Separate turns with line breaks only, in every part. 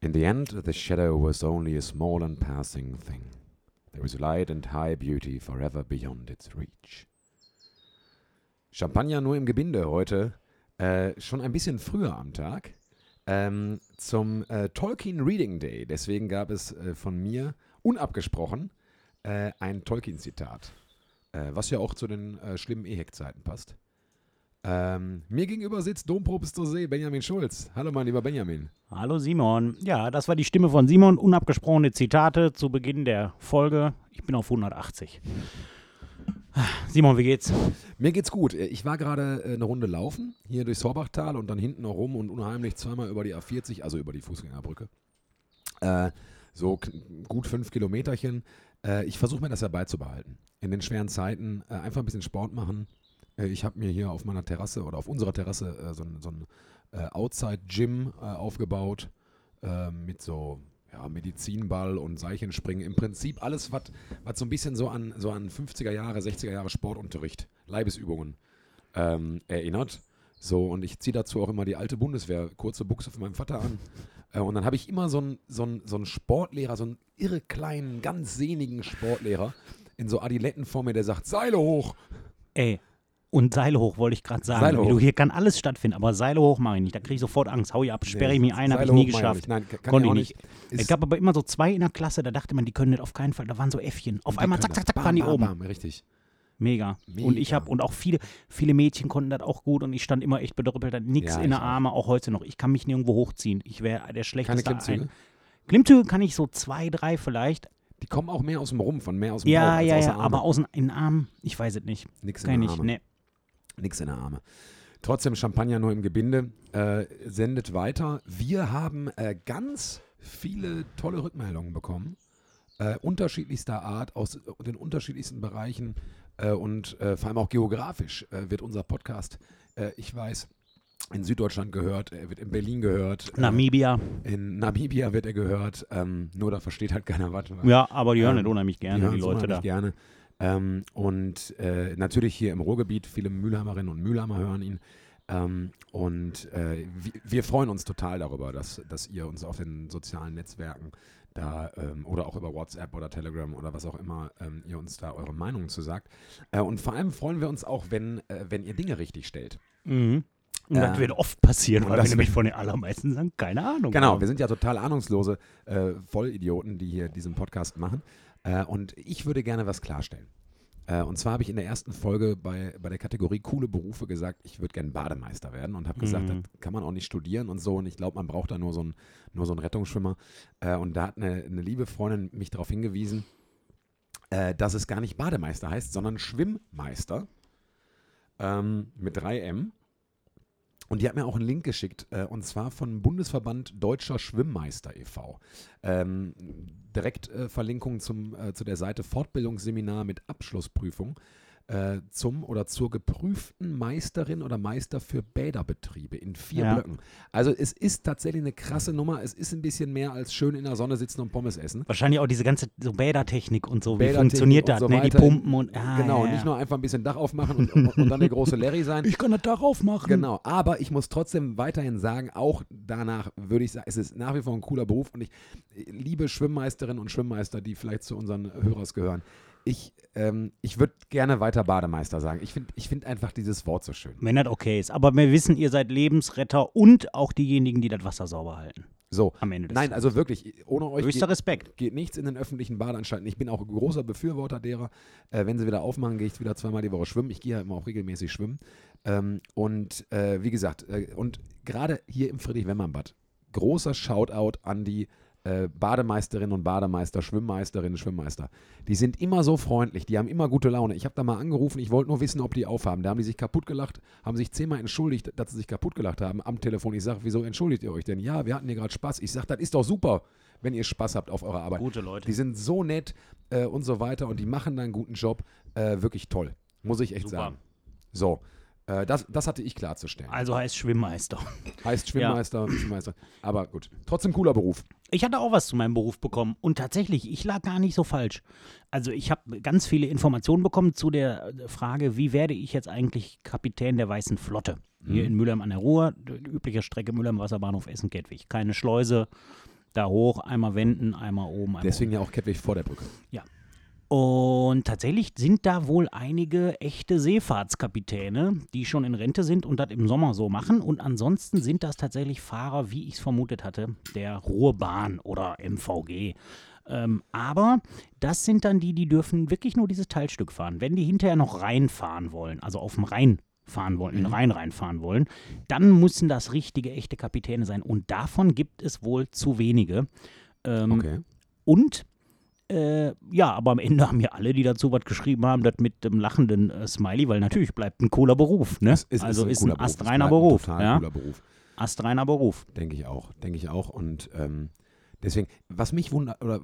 In the end, the shadow was only a small and passing thing. There was light and high beauty forever beyond its reach. Champagner nur im Gebinde heute, äh, schon ein bisschen früher am Tag, ähm, zum äh, Tolkien Reading Day. Deswegen gab es äh, von mir unabgesprochen äh, ein Tolkien-Zitat, äh, was ja auch zu den äh, schlimmen Ehek-Zeiten passt. Ähm, mir gegenüber sitzt Domprobst zur See, Benjamin Schulz. Hallo, mein lieber Benjamin.
Hallo Simon. Ja, das war die Stimme von Simon. Unabgesprochene Zitate zu Beginn der Folge. Ich bin auf 180. Simon, wie geht's?
Mir geht's gut. Ich war gerade äh, eine Runde laufen, hier durchs Horbachtal und dann hinten noch rum und unheimlich zweimal über die A40, also über die Fußgängerbrücke. Äh, so k- gut fünf Kilometerchen. Äh, ich versuche mir das ja beizubehalten. In den schweren Zeiten äh, einfach ein bisschen Sport machen. Äh, ich habe mir hier auf meiner Terrasse oder auf unserer Terrasse äh, so ein, so ein äh, Outside-Gym äh, aufgebaut äh, mit so ja, Medizinball und Seichenspringen. Im Prinzip alles, was so ein bisschen so an, so an 50er Jahre, 60er Jahre Sportunterricht, Leibesübungen ähm, erinnert. So, und ich ziehe dazu auch immer die alte Bundeswehr, kurze Buchse von meinem Vater an. Äh, und dann habe ich immer so einen so einen- so einen Sportlehrer, so einen irre kleinen, ganz sehnigen Sportlehrer in so Adiletten vor mir, der sagt, Seile hoch.
Ey, und Seile hoch wollte ich gerade sagen.
Seile hoch.
Du, hier kann alles stattfinden, aber Seile hoch mache ich nicht. Da kriege ich sofort Angst. Hau ich ab, sperre ich
Nee,
mich ein, habe ich
Seile
nie
hoch mach
geschafft.
nicht. Nein, kann, kann
Konnte
ich auch
ich
nicht.
Es gab aber immer so zwei in der Klasse, da dachte man, die können das auf keinen Fall. Da waren so Äffchen. Auf einmal zack, zack, zack, waren die
bam,
oben.
Bam, richtig.
Mega. Und ich
Mega.
habe, und auch viele, viele Mädchen konnten das auch gut und ich stand immer echt bedrüppelt. da Nix
Ja,
in
ich
der Arme, auch heute noch. Ich kann mich nirgendwo hochziehen. Ich wäre der
Keine
schlechteste.
Klimmzüge.
Ein. Klimmzüge kann ich so zwei, drei vielleicht.
Die kommen auch mehr aus dem Rumpf und mehr aus dem Bauch
Ja,
als
ja,
aus
ja,
der Arme.
aber außen in den Arm, ich weiß es nicht.
Nix in
Kann
der
ich ne.
Arme.
nicht. Nee.
Nix in der Arme. Trotzdem Champagner nur im Gebinde. Äh, sendet weiter. Wir haben äh, ganz viele tolle Rückmeldungen bekommen. Äh, unterschiedlichster Art, aus äh, den unterschiedlichsten Bereichen äh, und äh, vor allem auch geografisch äh, wird unser Podcast, äh, ich weiß, in Süddeutschland gehört, er wird in Berlin gehört, äh,
Namibia,
in Namibia wird er gehört, ähm, nur da versteht halt keiner was. weil-
ja, aber die hören
Ähm,
das unheimlich
die
gerne, die,
hören's
Leute da.
unheimlich gerne. Ähm, und äh, natürlich hier im Ruhrgebiet, viele Mülheimerinnen und Mülheimer hören ihn. Ähm, und äh, wir, wir freuen uns total darüber, dass, dass ihr uns auf den sozialen Netzwerken da ähm, oder auch über WhatsApp oder Telegram oder was auch immer ähm, ihr uns da eure Meinung zu sagt. Äh, und vor allem freuen wir uns auch, wenn, äh, wenn ihr Dinge richtig stellt.
Mhm. Und das
Ähm,
wird oft passieren,
und
weil wir
das-
nämlich von den allermeisten sagen, keine Ahnung.
Genau, wir sind ja total ahnungslose äh, Vollidioten, die hier diesen Podcast machen. Äh, und ich würde gerne was klarstellen. Äh, und zwar habe ich in der ersten Folge bei, bei der Kategorie coole Berufe gesagt, ich würde gerne Bademeister werden und habe gesagt,
Mhm.
das kann man auch nicht studieren und so. Und ich glaube, man braucht da nur so einen, nur so einen Rettungsschwimmer. Äh, und da hat eine, eine liebe Freundin mich darauf hingewiesen, äh, dass es gar nicht Bademeister heißt, sondern Schwimmmeister ähm, mit 3M. Und die hat mir auch einen Link geschickt, äh, und zwar von Bundesverband Deutscher Schwimmmeister e.V. Ähm, direkt äh, Verlinkung zum, äh, zu der Seite Fortbildungsseminar mit Abschlussprüfung äh, zum oder zur geprüften Meisterin oder Meister für Bäderbetriebe in vier
Ja.
Blöcken. Also es ist tatsächlich eine krasse Nummer. Es ist ein bisschen mehr als schön in der Sonne sitzen und Pommes essen.
Wahrscheinlich auch diese ganze so Bädertechnik und so, wie
Bädertechnik
funktioniert
und
das,
so
ne? Die
weiter.
Pumpen und. Ah,
genau,
ja, ja.
nicht nur einfach ein bisschen Dach aufmachen und, und, und dann der große Larry sein.
Ich kann das darauf machen.
Genau, aber ich muss trotzdem weiterhin sagen, auch danach würde ich sagen, es ist nach wie vor ein cooler Beruf und ich äh, liebe Schwimmmeisterinnen und Schwimmmeister, die vielleicht zu unseren Hörers gehören. Ich, ähm, ich würde gerne weiter Bademeister sagen. Ich finde ich find einfach dieses Wort so schön.
Wenn das okay ist. Aber wir wissen, ihr seid Lebensretter und auch diejenigen, die das Wasser sauber halten.
So,
Am Ende des
nein, also wirklich, ohne euch
Höchster
geht,
Respekt.
geht nichts in den öffentlichen Badeanstalten. Ich bin auch großer Befürworter derer. Äh, wenn sie wieder aufmachen, gehe ich wieder zweimal die Woche schwimmen. Ich gehe ja immer auch regelmäßig schwimmen. Ähm, und äh, wie gesagt, äh, und gerade hier im Friedrich-Wemmern-Bad, großer Shoutout an die äh, Bademeisterinnen und Bademeister, Schwimmmeisterinnen, Schwimmmeister. Die sind immer so freundlich, die haben immer gute Laune. Ich habe da mal angerufen, ich wollte nur wissen, ob die aufhaben. Da haben die sich kaputt gelacht, haben sich zehnmal entschuldigt, dass sie sich kaputt gelacht haben am Telefon. Ich sage, wieso entschuldigt ihr euch denn? Ja, wir hatten hier gerade Spaß. Ich sage, das ist doch super, wenn ihr Spaß habt auf eurer Arbeit.
Gute Leute.
Die sind so nett äh, und so weiter und die machen da einen guten Job. Äh, wirklich toll, muss ich echt
Super.
sagen. So, äh, das, das hatte ich klarzustellen.
Also heißt Schwimmmeister.
heißt Schwimmmeister, Schwimmmeister. Aber gut, trotzdem cooler Beruf.
Ich hatte auch was zu meinem Beruf bekommen und tatsächlich, ich lag gar nicht so falsch. Also ich habe ganz viele Informationen bekommen zu der äh, Frage, wie werde ich jetzt eigentlich Kapitän der Weißen Flotte? Hier in Mülheim an der Ruhr, die übliche Strecke Mülheim Wasserbahnhof Essen-Kettwig. Keine Schleuse, Da hoch, einmal wenden, einmal oben, einmal
Deswegen ja auch Kettwig vor der Brücke.
Und tatsächlich sind da wohl einige echte Seefahrtskapitäne, die schon in Rente sind und das im Sommer so machen. Und ansonsten sind das tatsächlich Fahrer, wie ich es vermutet hatte, der Ruhrbahn oder MVG. Ähm, aber das sind dann die, die dürfen wirklich nur dieses Teilstück fahren. Wenn die hinterher noch reinfahren wollen, also auf dem Rhein fahren wollen, in den Rhein reinfahren wollen, dann müssen das richtige, echte Kapitäne sein. Und davon gibt es wohl zu wenige. Ähm,
Okay.
und äh, ja, aber am Ende haben ja alle, die dazu was geschrieben haben, das mit dem lachenden äh, Smiley, weil natürlich bleibt ein cooler Beruf, ne? also ist ein,
cooler Beruf. Es bleibt
astreiner
ein
Beruf,
Total
ja?
cooler Beruf.
Astreiner Beruf.
Denke ich auch, denke ich auch. Und ähm, deswegen, was mich wundert, oder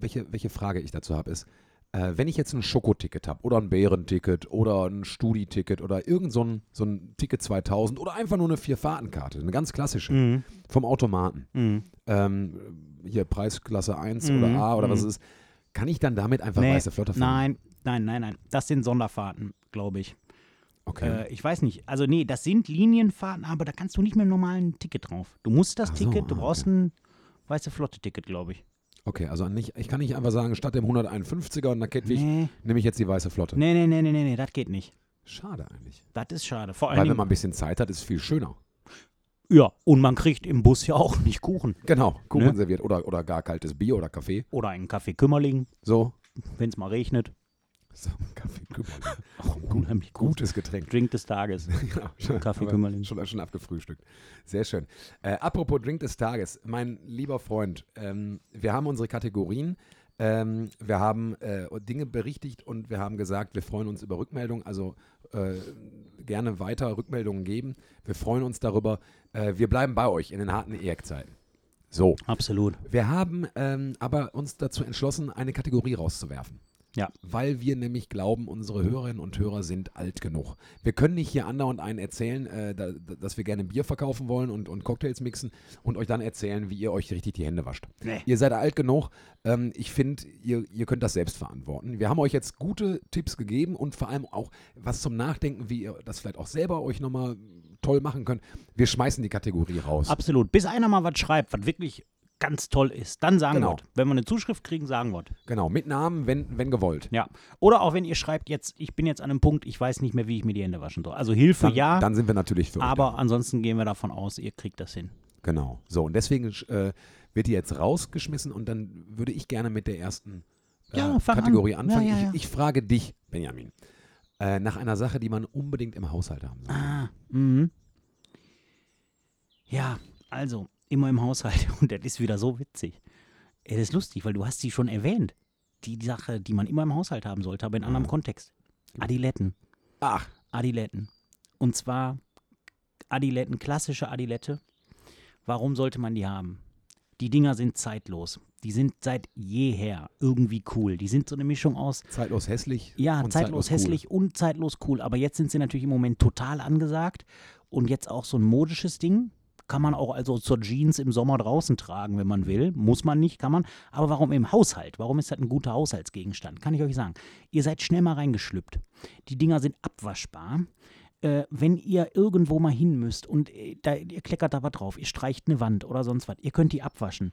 welche, welche Frage ich dazu habe, ist, äh, wenn ich jetzt ein Schokoticket habe oder ein Bärenticket oder ein Studi-Ticket oder irgend so ein, so ein Ticket 2000 oder einfach nur eine Vier-Fahrten-Karte, eine ganz klassische,
Mhm.
vom Automaten,
Mhm.
ähm, hier Preisklasse 1
Mhm,
oder A oder was
mhm.
es ist, kann ich dann damit einfach
Nee,
weiße Flotte fahren?
Nein, nein, nein, nein. Das sind Sonderfahrten, glaube ich.
Okay.
Äh, ich weiß nicht. Also nee, das sind Linienfahrten, aber da kannst du nicht mit einem normalen Ticket drauf. Du musst das
Ach so,
Ticket, du
ah,
brauchst ein weiße Flotte-Ticket, glaube ich.
okay, also nicht, ich kann nicht einfach sagen, statt dem 151er und einer Kettwig
Nee.
nehme ich jetzt die weiße Flotte.
nee, nee, nee, nee, nee, nee, das geht nicht.
Schade eigentlich.
Das ist schade. Vor
Weil wenn
allem,
man ein bisschen Zeit hat, ist es viel schöner.
ja, und man kriegt im Bus ja auch nicht Kuchen.
Genau, Kuchen
Ne?
serviert oder, oder gar kaltes Bier oder Kaffee.
Oder einen Kaffee Kümmerling,
So.
wenn es mal regnet.
So, Kaffee Kümmerling.
Unheimlich gut.
Gutes Getränk.
Drink des Tages.
Genau, schon-
Kaffee
aber
Kümmerling.
Schon, schon abgefrühstückt. Sehr schön. Äh, apropos Drink des Tages, mein lieber Freund, ähm, wir haben unsere Kategorien. Ähm, wir haben äh, Dinge berichtigt und wir haben gesagt, wir freuen uns über Rückmeldungen, also äh, gerne weiter Rückmeldungen geben. Wir freuen uns darüber. Äh, wir bleiben bei euch in den harten EEG-Zeiten. So.
Absolut.
Wir haben ähm, aber uns dazu entschlossen, eine Kategorie rauszuwerfen.
Ja.
Weil wir nämlich glauben, unsere Hörerinnen und Hörer sind alt genug. Wir können nicht hier andauernd einen erzählen, äh, da, da- dass wir gerne Bier verkaufen wollen und, und Cocktails mixen und euch dann erzählen, wie ihr euch richtig die Hände wascht.
Nee.
Ihr seid alt genug. Ähm, ich finde, ihr, ihr könnt das selbst verantworten. Wir haben euch jetzt gute Tipps gegeben und vor allem auch was zum Nachdenken, wie ihr das vielleicht auch selber euch nochmal toll machen könnt. Wir schmeißen die Kategorie raus.
Absolut. Bis einer mal was schreibt, was wirklich ganz toll ist, dann sagen
Genau.
wir. Wenn wir eine Zuschrift kriegen, sagen wir.
Genau, mit Namen, wenn, wenn gewollt.
Ja. Oder auch wenn ihr schreibt, jetzt, ich bin jetzt an einem Punkt, ich weiß nicht mehr, wie ich mir die Hände waschen soll. Also Hilfe
dann,
ja,
Dann sind wir natürlich für euch
aber ansonsten gehen wir davon aus, ihr kriegt das hin.
da. Genau. So, und deswegen äh, wird die jetzt rausgeschmissen und dann würde ich gerne mit der ersten äh,
Ja, fang an.
Kategorie anfangen.
Ja, ja, ja.
Ich, ich frage dich, Benjamin, äh, nach einer Sache, die man unbedingt im Haushalt haben soll.
Ah, mhm. Ja, also, immer im Haushalt. Und das ist wieder so witzig. Ey, Das ist lustig, weil du hast sie schon erwähnt. Die Sache, die man immer im Haushalt haben sollte, aber in anderem
Ja.
Kontext. Adiletten. Ah.
Ach,
Adiletten. Und zwar Adiletten, klassische Adilette. Warum sollte man die haben? Die Dinger sind zeitlos. Die sind seit jeher irgendwie cool. Die sind so eine Mischung aus
zeitlos hässlich.
ja,
und
zeitlos, hässlich und zeitlos cool. Aber jetzt sind sie natürlich im Moment total angesagt. Und jetzt auch so ein modisches Ding. Kann man auch also zur Jeans im Sommer draußen tragen, wenn man will. Muss man nicht, kann man. Aber warum im Haushalt? Warum ist das ein guter Haushaltsgegenstand? Kann ich euch sagen. Ihr seid schnell mal reingeschlüpft. Die Dinger sind abwaschbar. Äh, wenn ihr irgendwo mal hin müsst und äh, da, ihr kleckert da was drauf, ihr streicht eine Wand oder sonst was, ihr könnt die abwaschen.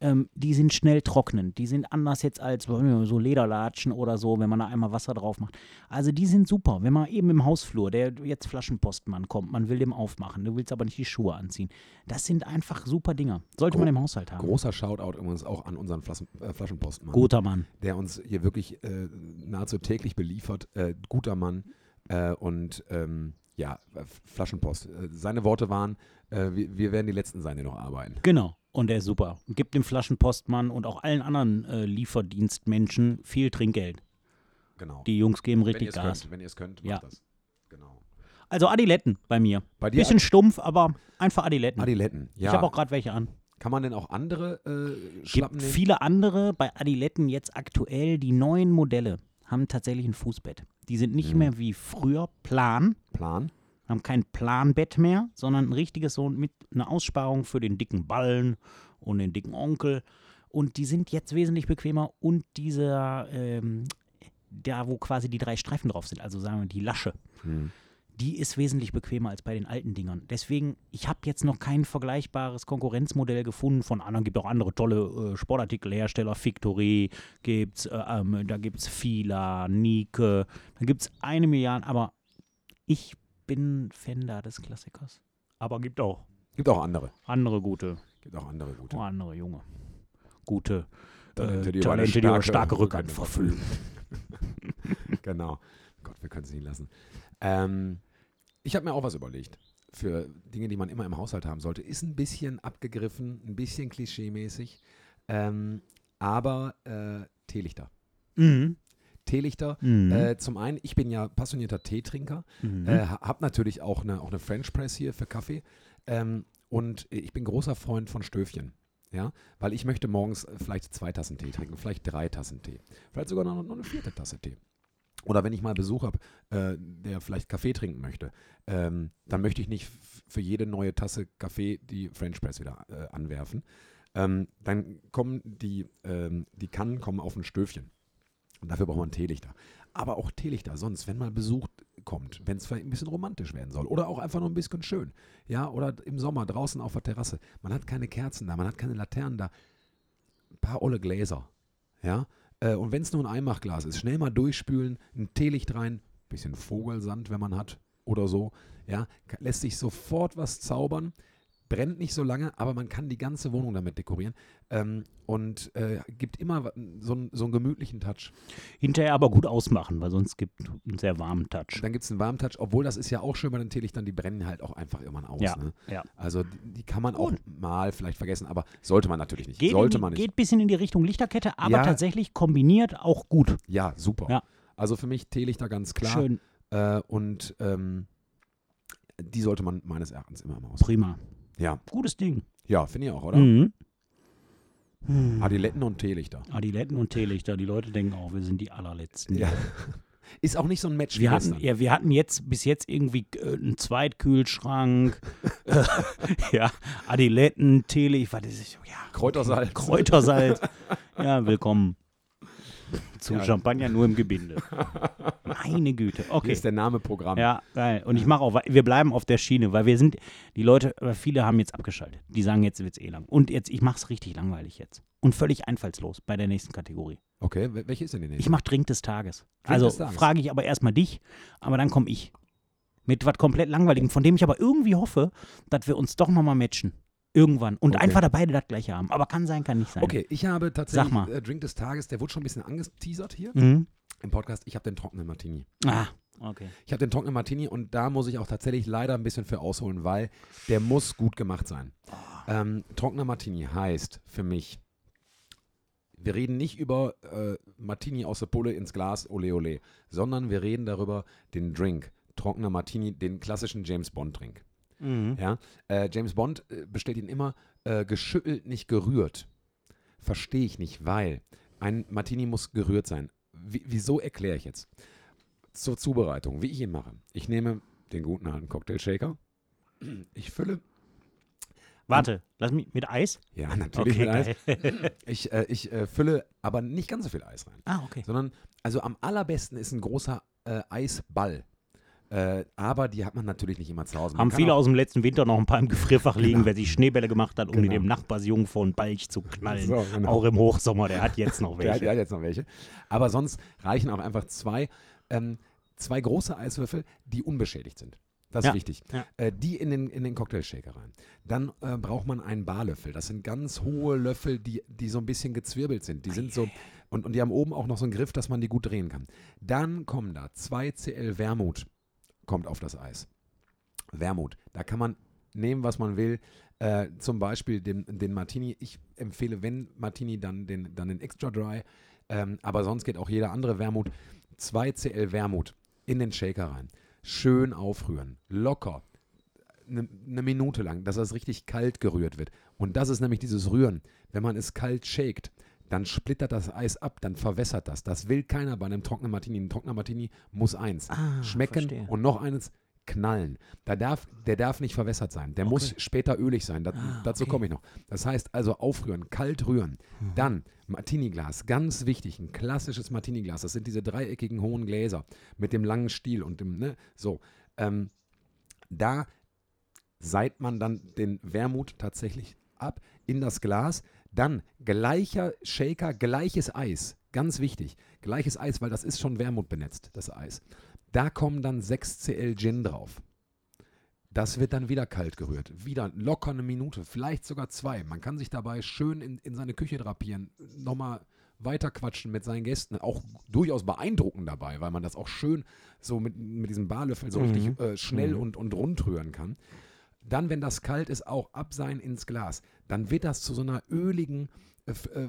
Ähm, die sind schnell trocknend. Die sind anders jetzt als äh, so Lederlatschen oder so, wenn man da einmal Wasser drauf macht. Also die sind super. Wenn man eben im Hausflur, der jetzt Flaschenpostmann kommt, man will dem aufmachen, du willst aber nicht die Schuhe anziehen. Das sind einfach super Dinger. Sollte
Gro-
man im Haushalt haben.
Großer Shoutout übrigens auch an unseren Flaschen, äh, Flaschenpostmann,
Guter Mann.
der uns hier wirklich äh, nahezu täglich beliefert. Äh, guter Mann äh, und ähm, ja, Flaschenpost. Äh, seine Worte waren, äh, wir, wir werden die Letzten sein, die noch arbeiten.
Genau. Und der ist super. Gibt dem Flaschenpostmann und auch allen anderen äh, Lieferdienstmenschen viel Trinkgeld.
Genau.
Die Jungs geben
wenn ihr
richtig
es
Gas.
könnt, wenn ihr es könnt, macht
Ja.
das. Genau.
Also Adiletten bei mir.
Bei dir
Bisschen stumpf, aber einfach Adiletten.
Adiletten.
Ich
Ja.
habe auch gerade welche an.
Kann man denn auch andere äh, Schlappen
Gibt
nehmen?
viele andere bei Adiletten jetzt aktuell, die neuen Modelle, haben tatsächlich ein Fußbett. Die sind nicht
Mhm.
mehr wie früher plan,
Plan.
haben kein Planbett mehr, sondern ein richtiges so mit einer Aussparung für den dicken Ballen und den dicken Onkel. Und die sind jetzt wesentlich bequemer und
Hm.
dieser, ähm, da wo quasi die drei Streifen drauf sind, also sagen wir die Lasche, die ist wesentlich bequemer als bei den alten Dingern. Deswegen, ich habe jetzt noch kein vergleichbares Konkurrenzmodell gefunden von anderen. Gibt auch andere tolle äh, Sportartikelhersteller, Victory gibt's, äh, ähm, da gibt's Fila, Nike, da gibt's eine Milliarde, aber ich bin Fan da des Klassikers. Aber gibt auch
Gibt auch andere.
andere gute,
Gibt auch andere gute.
oh, andere junge, gute
Talente,
äh,
die über eine
Talente, die
starke
über starke
Rückhand
Rückhand verfügen.
Genau. Gott, wir können es nicht lassen. Ähm, ich habe mir auch was überlegt. Für Dinge, die man immer im Haushalt haben sollte. Ist ein bisschen abgegriffen, ein bisschen klischeemäßig. Ähm, aber äh, Teelichter.
Mhm.
Teelichter.
Mhm.
Äh, zum einen, ich bin ja passionierter Teetrinker.
mhm.
Äh, ha- hab natürlich auch eine, auch eine French Press hier für Kaffee. Ähm, und ich bin großer Freund von Stöfchen. Ja, weil ich möchte morgens äh, vielleicht zwei Tassen Tee trinken, vielleicht drei Tassen Tee, vielleicht sogar noch, noch eine vierte Tasse Tee. Oder wenn ich mal Besuch habe, äh, der vielleicht Kaffee trinken möchte, ähm, dann möchte ich nicht f- für jede neue Tasse Kaffee die French Press wieder äh, anwerfen. Ähm, dann kommen die, ähm, die Kannen kommen auf ein Stöfchen. Und dafür braucht man Teelichter. Aber auch Teelichter, sonst, wenn mal Besuch kommt, wenn es vielleicht ein bisschen romantisch werden soll oder auch einfach nur ein bisschen schön. Ja, oder im Sommer draußen auf der Terrasse. Man hat keine Kerzen da, man hat keine Laternen da. Ein paar olle Gläser. Ja, äh, und wenn es nur ein Einmachglas ist, schnell mal durchspülen, ein Teelicht rein, bisschen Vogelsand, wenn man hat oder so. Ja, Ka- lässt sich sofort was zaubern. Brennt nicht so lange, aber man kann die ganze Wohnung damit dekorieren ähm, und äh, gibt immer wa- so, einen- so einen gemütlichen Touch.
Hinterher aber gut ausmachen, weil sonst gibt es einen sehr warmen Touch.
Dann gibt es einen warmen Touch, obwohl das ist ja auch schön bei den Teelichtern, die brennen halt auch einfach irgendwann aus.
Ja,
ne?
ja.
Also die, die kann man
Gut.
auch mal vielleicht vergessen, aber sollte man natürlich nicht.
Geht,
sollte
in die,
man nicht.
geht ein bisschen in die Richtung Lichterkette, aber
Ja.
tatsächlich kombiniert auch gut.
Ja, super.
Ja.
Also für mich Teelichter ganz klar.
Schön,
Äh, und ähm, die sollte man meines Erachtens immer im Haus. haben.
prima.
Ja,
Gutes Ding.
ja, finde ich auch, oder?
Mhm. Hm.
Adiletten und Teelichter.
Adiletten und Teelichter, die Leute denken auch, wir sind die allerletzten.
Ja. Ist auch nicht so ein Match wie
Wir hatten,
gestern.
ja, wir hatten jetzt bis jetzt irgendwie äh, einen Zweitkühlschrank, äh, ja, Adiletten, Tele, ich war das ist, ja,
Kräutersalz.
Kräutersalz. Ja, willkommen. Zu
Ja.
Champagner nur im Gebinde. Meine Güte.
Hier
Okay.
ist der Name Programm.
Ja, geil. Und ich mache auch, wei- wir bleiben auf der Schiene, weil wir sind, die Leute, aber viele haben jetzt abgeschaltet. Die sagen, jetzt wird's eh lang. Und jetzt, ich mache es richtig langweilig jetzt. Und völlig einfallslos bei der nächsten Kategorie.
Okay, wel- welche ist denn die
Ich
nächste?
mache Drink des Tages.
Drink
also
des Tages.
frage ich aber erstmal dich, aber dann komme ich. Mit was komplett Langweiligem, von dem ich aber irgendwie hoffe, dass wir uns doch nochmal matchen. Irgendwann. Und
Okay.
einfach da beide das gleiche haben. Aber kann sein, kann nicht sein.
Okay, ich habe tatsächlich
mal.
äh, Drink des Tages, der wurde schon ein bisschen angeteasert hier
Mhm.
im Podcast. Ich habe den trockenen Martini.
Ah, okay.
Ich habe den trockenen Martini und da muss ich auch tatsächlich leider ein bisschen für ausholen, weil der muss gut gemacht sein. Ähm, trockener Martini heißt für mich, wir reden nicht über äh, Martini aus der Pulle ins Glas, ole ole, sondern wir reden darüber den Drink, trockener Martini, den klassischen James Bond Drink.
Mhm.
Ja? Äh, James Bond äh, bestellt ihn immer äh, geschüttelt, nicht gerührt. Verstehe ich nicht, weil ein Martini muss gerührt sein. Wie, wieso erkläre ich jetzt? Zur Zubereitung, wie ich ihn mache. Ich nehme den guten alten Cocktail-Shaker. Ich fülle.
Warte, lass mich mit Eis?
Ja, natürlich.
Okay,
mit Eis.
geil.
Ich, äh, ich äh, fülle aber nicht ganz so viel Eis rein.
ah, okay.
Sondern, also am allerbesten ist ein großer äh, Eisball. Äh, aber die hat man natürlich nicht immer zu Hause. Man
Haben
kann
viele
auch,
aus dem letzten Winter noch ein paar im Gefrierfach liegen,
Genau.
wer sich Schneebälle gemacht hat, um die
Genau.
dem Nachbarsjungen von Balch zu knallen.
So, genau.
Auch im Hochsommer, der hat jetzt noch
Der hat,
welche.
der hat jetzt noch welche. Aber sonst reichen auch einfach zwei, ähm, zwei große Eiswürfel, die unbeschädigt sind. Das ist
Ja,
wichtig.
ja.
Äh, die in den, in den Cocktailshaker rein. Dann äh, braucht man einen Barlöffel. Das sind ganz hohe Löffel, die, die so ein bisschen gezwirbelt sind. Die sind so, und, und die haben oben auch noch so einen Griff, dass man die gut drehen kann. Dann kommen da 2cl Wermut, kommt auf das Eis. Wermut, da kann man nehmen, was man will. Äh, zum Beispiel den, den Martini. Ich empfehle, wenn Martini, dann den, dann den Extra Dry. Ähm, aber sonst geht auch jeder andere Wermut. 2cl Wermut in den Shaker rein. Schön aufrühren. Locker. Eine ne Minute lang, dass das richtig kalt gerührt wird. Und das ist nämlich dieses Rühren. Wenn man es kalt shakt, dann splittert das Eis ab, dann verwässert das. Das will keiner bei einem trockenen Martini. Ein trockener Martini muss eins.
Ah,
schmecken
verstehe.
und noch eines, knallen. Da darf, der darf nicht verwässert sein. Der muss später ölig sein. Da,
Ah,
dazu komme ich noch. Das heißt also aufrühren, kalt rühren.
Mhm.
Dann Martini-Glas, ganz wichtig, ein klassisches Martini-Glas. Das sind diese dreieckigen hohen Gläser mit dem langen Stiel und dem, ne, so. Ähm, da seit man dann den Wermut tatsächlich ab in das Glas. Dann gleicher Shaker, gleiches Eis. Ganz wichtig. Gleiches Eis, weil das ist schon Wermut benetzt, das Eis. Da kommen dann 6cl Gin drauf. Das wird dann wieder kalt gerührt. Wieder locker eine Minute, vielleicht sogar zwei. Man kann sich dabei schön in, in seine Küche drapieren. Nochmal weiter quatschen mit seinen Gästen. Auch durchaus beeindruckend dabei, weil man das auch schön so mit, mit diesem Barlöffel so
Mhm.
richtig äh, schnell
Mhm.
und, und rund rühren kann. Dann, wenn das kalt ist, auch ab sein ins Glas. Dann wird das zu so einer öligen äh, f- äh,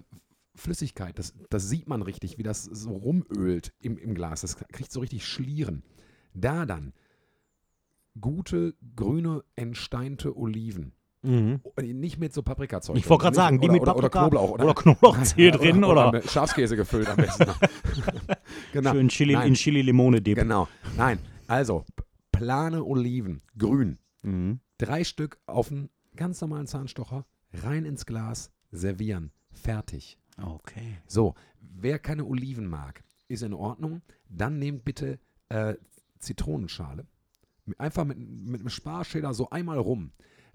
Flüssigkeit. Das, das sieht man richtig, wie das so rumölt im, im Glas. Das kriegt so richtig Schlieren. Da dann gute, grüne, entsteinte Oliven.
Mhm.
Oh, Nicht mit so Paprikazeug.
Ich wollte gerade
Nicht-
sagen, die
oder,
mit
oder,
Paprika
oder Knoblauch.
oder Knoblauchzehe drin oder,
mit Schafskäse gefüllt am besten. genau.
schön Chili
Nein.
in Chili-Limone-Dip.
Genau. Nein, also p- plane Oliven, grün.
Mhm.
Drei Stück auf einen ganz normalen Zahnstocher, rein ins Glas, servieren. Fertig.
Okay.
So, wer keine Oliven mag, ist in Ordnung. Dann nehmt bitte äh, Zitronenschale. Einfach mit, mit einem Sparschäler so einmal rum.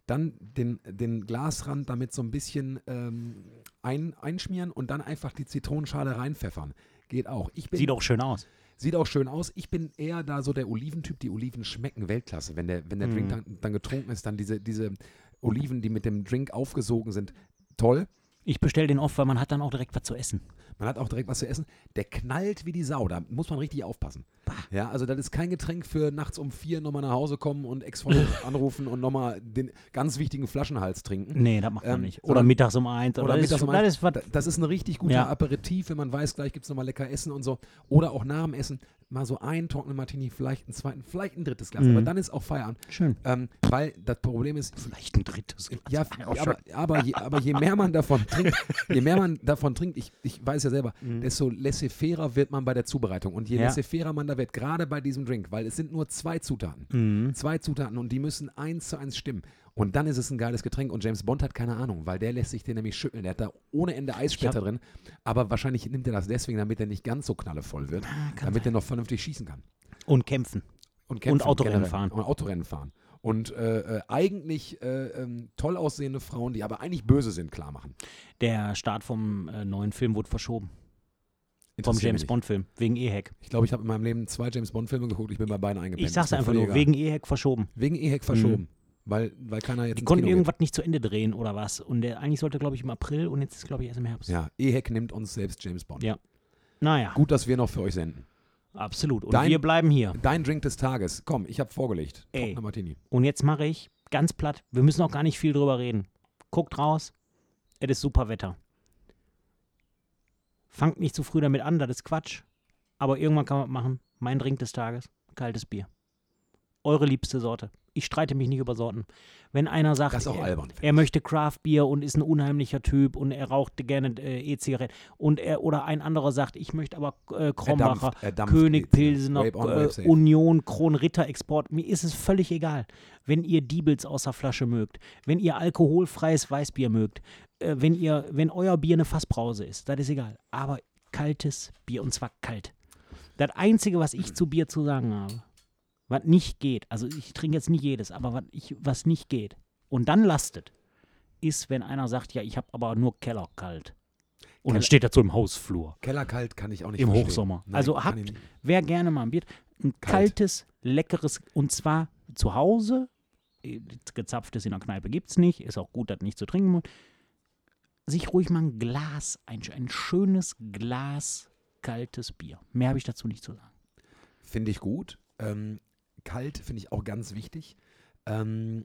Dann den, den Glasrand damit so ein bisschen ähm, ein, einschmieren und dann einfach die Zitronenschale reinpfeffern. Geht auch. Ich bin,
Sieht auch schön aus.
sieht auch schön aus. Ich bin eher da so der Oliventyp. Die Oliven schmecken Weltklasse. Wenn der, wenn der Drink dann, dann getrunken ist, dann diese, diese Oliven, die mit dem Drink aufgesogen sind, toll.
Ich bestelle den oft, weil man hat dann auch direkt was zu essen.
Man hat auch direkt was zu essen. Der knallt wie die Sau. Da muss man richtig aufpassen. Ja, also das ist kein Getränk für nachts um vier nochmal nach Hause kommen und Ex-Freunde anrufen und nochmal den ganz wichtigen Flaschenhals trinken.
Nee, das macht man
Ähm,
nicht.
oder-
Oder mittags um eins.
Oder
das
mittags
ist,
um
das
eins.
ist was,
Da- Das ist ein richtig guter
Ja.
Aperitif, wenn man weiß, gleich gibt es nochmal lecker Essen und so. Oder auch nach dem Essen mal so einen trockenen Martini, vielleicht einen zweiten, vielleicht ein drittes Glas.
Mhm.
Aber dann ist auch Feierabend.
Schön.
Ähm, weil das Problem ist,
Vielleicht ein drittes. Glas.
ja,
Auch
aber, aber, je, aber je mehr man davon trinkt, je mehr man davon trinkt, ich, ich weiß ja selber, desto laissez-fairer wird man bei der Zubereitung. Und je
Mhm. Ja.
laissez-fairer man da wird, gerade bei diesem Drink, weil es sind nur zwei Zutaten.
Mhm.
Zwei Zutaten und die müssen eins zu eins stimmen. Und dann ist es ein geiles Getränk und James Bond hat keine Ahnung, weil der lässt sich den nämlich schütteln. Der hat da ohne Ende Eissplitter drin, aber wahrscheinlich nimmt er das deswegen, damit er nicht ganz so knallevoll wird,
Ah,
damit er noch vernünftig schießen kann
Und kämpfen.
und kämpfen.
Autorennen
generell.
fahren.
Und Autorennen fahren. Und äh, äh, eigentlich äh, ähm, toll aussehende Frauen, die aber eigentlich böse sind, klar machen.
Der Start vom äh, neuen Film wurde verschoben. Vom
Interessiert mich
James
nicht.
Bond-Film. Wegen E-Hack.
Ich glaube, ich habe in meinem Leben zwei James Bond-Filme geguckt, ich bin bei beiden eingepennt.
Ich sag's
Ist mir
einfach
völlig egal.
nur, wegen E-Hack verschoben.
Wegen E-Hack verschoben. Weil, weil keiner jetzt
Die
ins
konnten
Kino
irgendwas nicht zu Ende drehen oder was. Und der eigentlich sollte, glaube ich, im April und jetzt ist, glaube ich, erst im Herbst.
geht. Ja, E-Hack nimmt uns selbst James Bond.
Ja. Naja,
Gut, dass wir noch für euch senden.
absolut. Und
Dein-
wir bleiben hier.
Dein Drink des Tages. Komm, ich habe vorgelegt.
Ey.
Trockener Martini.
Und jetzt mache ich ganz platt. Wir müssen auch gar nicht viel drüber reden. Guckt raus. Es ist super Wetter. Fangt nicht zu früh damit an, das ist Quatsch. Aber irgendwann kann man machen. Mein Drink des Tages, kaltes Bier. Eure liebste Sorte. Ich streite mich nicht über Sorten. Wenn einer sagt, äh,
Das ist auch
er,
albern.
er möchte Craft Bier und ist ein unheimlicher Typ und er raucht gerne äh, E-Zigaretten und er oder ein anderer sagt, ich möchte aber äh, Krombacher,
er dampft
König
jetzt.
Pilsener,
Grape on,
äh,
Grape safe.
Union, Kronritter Export. Mir ist es völlig egal, wenn ihr Diebels aus der Flasche mögt, wenn ihr alkoholfreies Weißbier mögt, äh, wenn ihr, wenn euer Bier eine Fassbrause ist, das ist egal. Aber kaltes Bier und zwar kalt. Das Einzige, was ich zu Bier zu sagen habe, was nicht geht, also ich trinke jetzt nicht jedes, aber was, ich, was nicht geht und dann lastet, ist, wenn einer sagt, ja, ich habe aber nur Keller kalt. Und dann
Keller-
steht dazu im Hausflur.
Kellerkalt kann ich auch nicht
Im
verstehen.
Hochsommer.
Nein,
also
kann
habt,
ich nicht.
wer gerne mal ein Bier, ein
Kalt.
kaltes, leckeres, und zwar zu Hause, äh, gezapftes in der Kneipe gibt es nicht, ist auch gut, das nicht zu trinken. muss. Sich ruhig mal ein Glas, ein, ein schönes Glas kaltes Bier. Mehr habe ich dazu nicht zu sagen.
Finde ich gut. Ähm, kalt finde ich auch ganz wichtig. Ähm,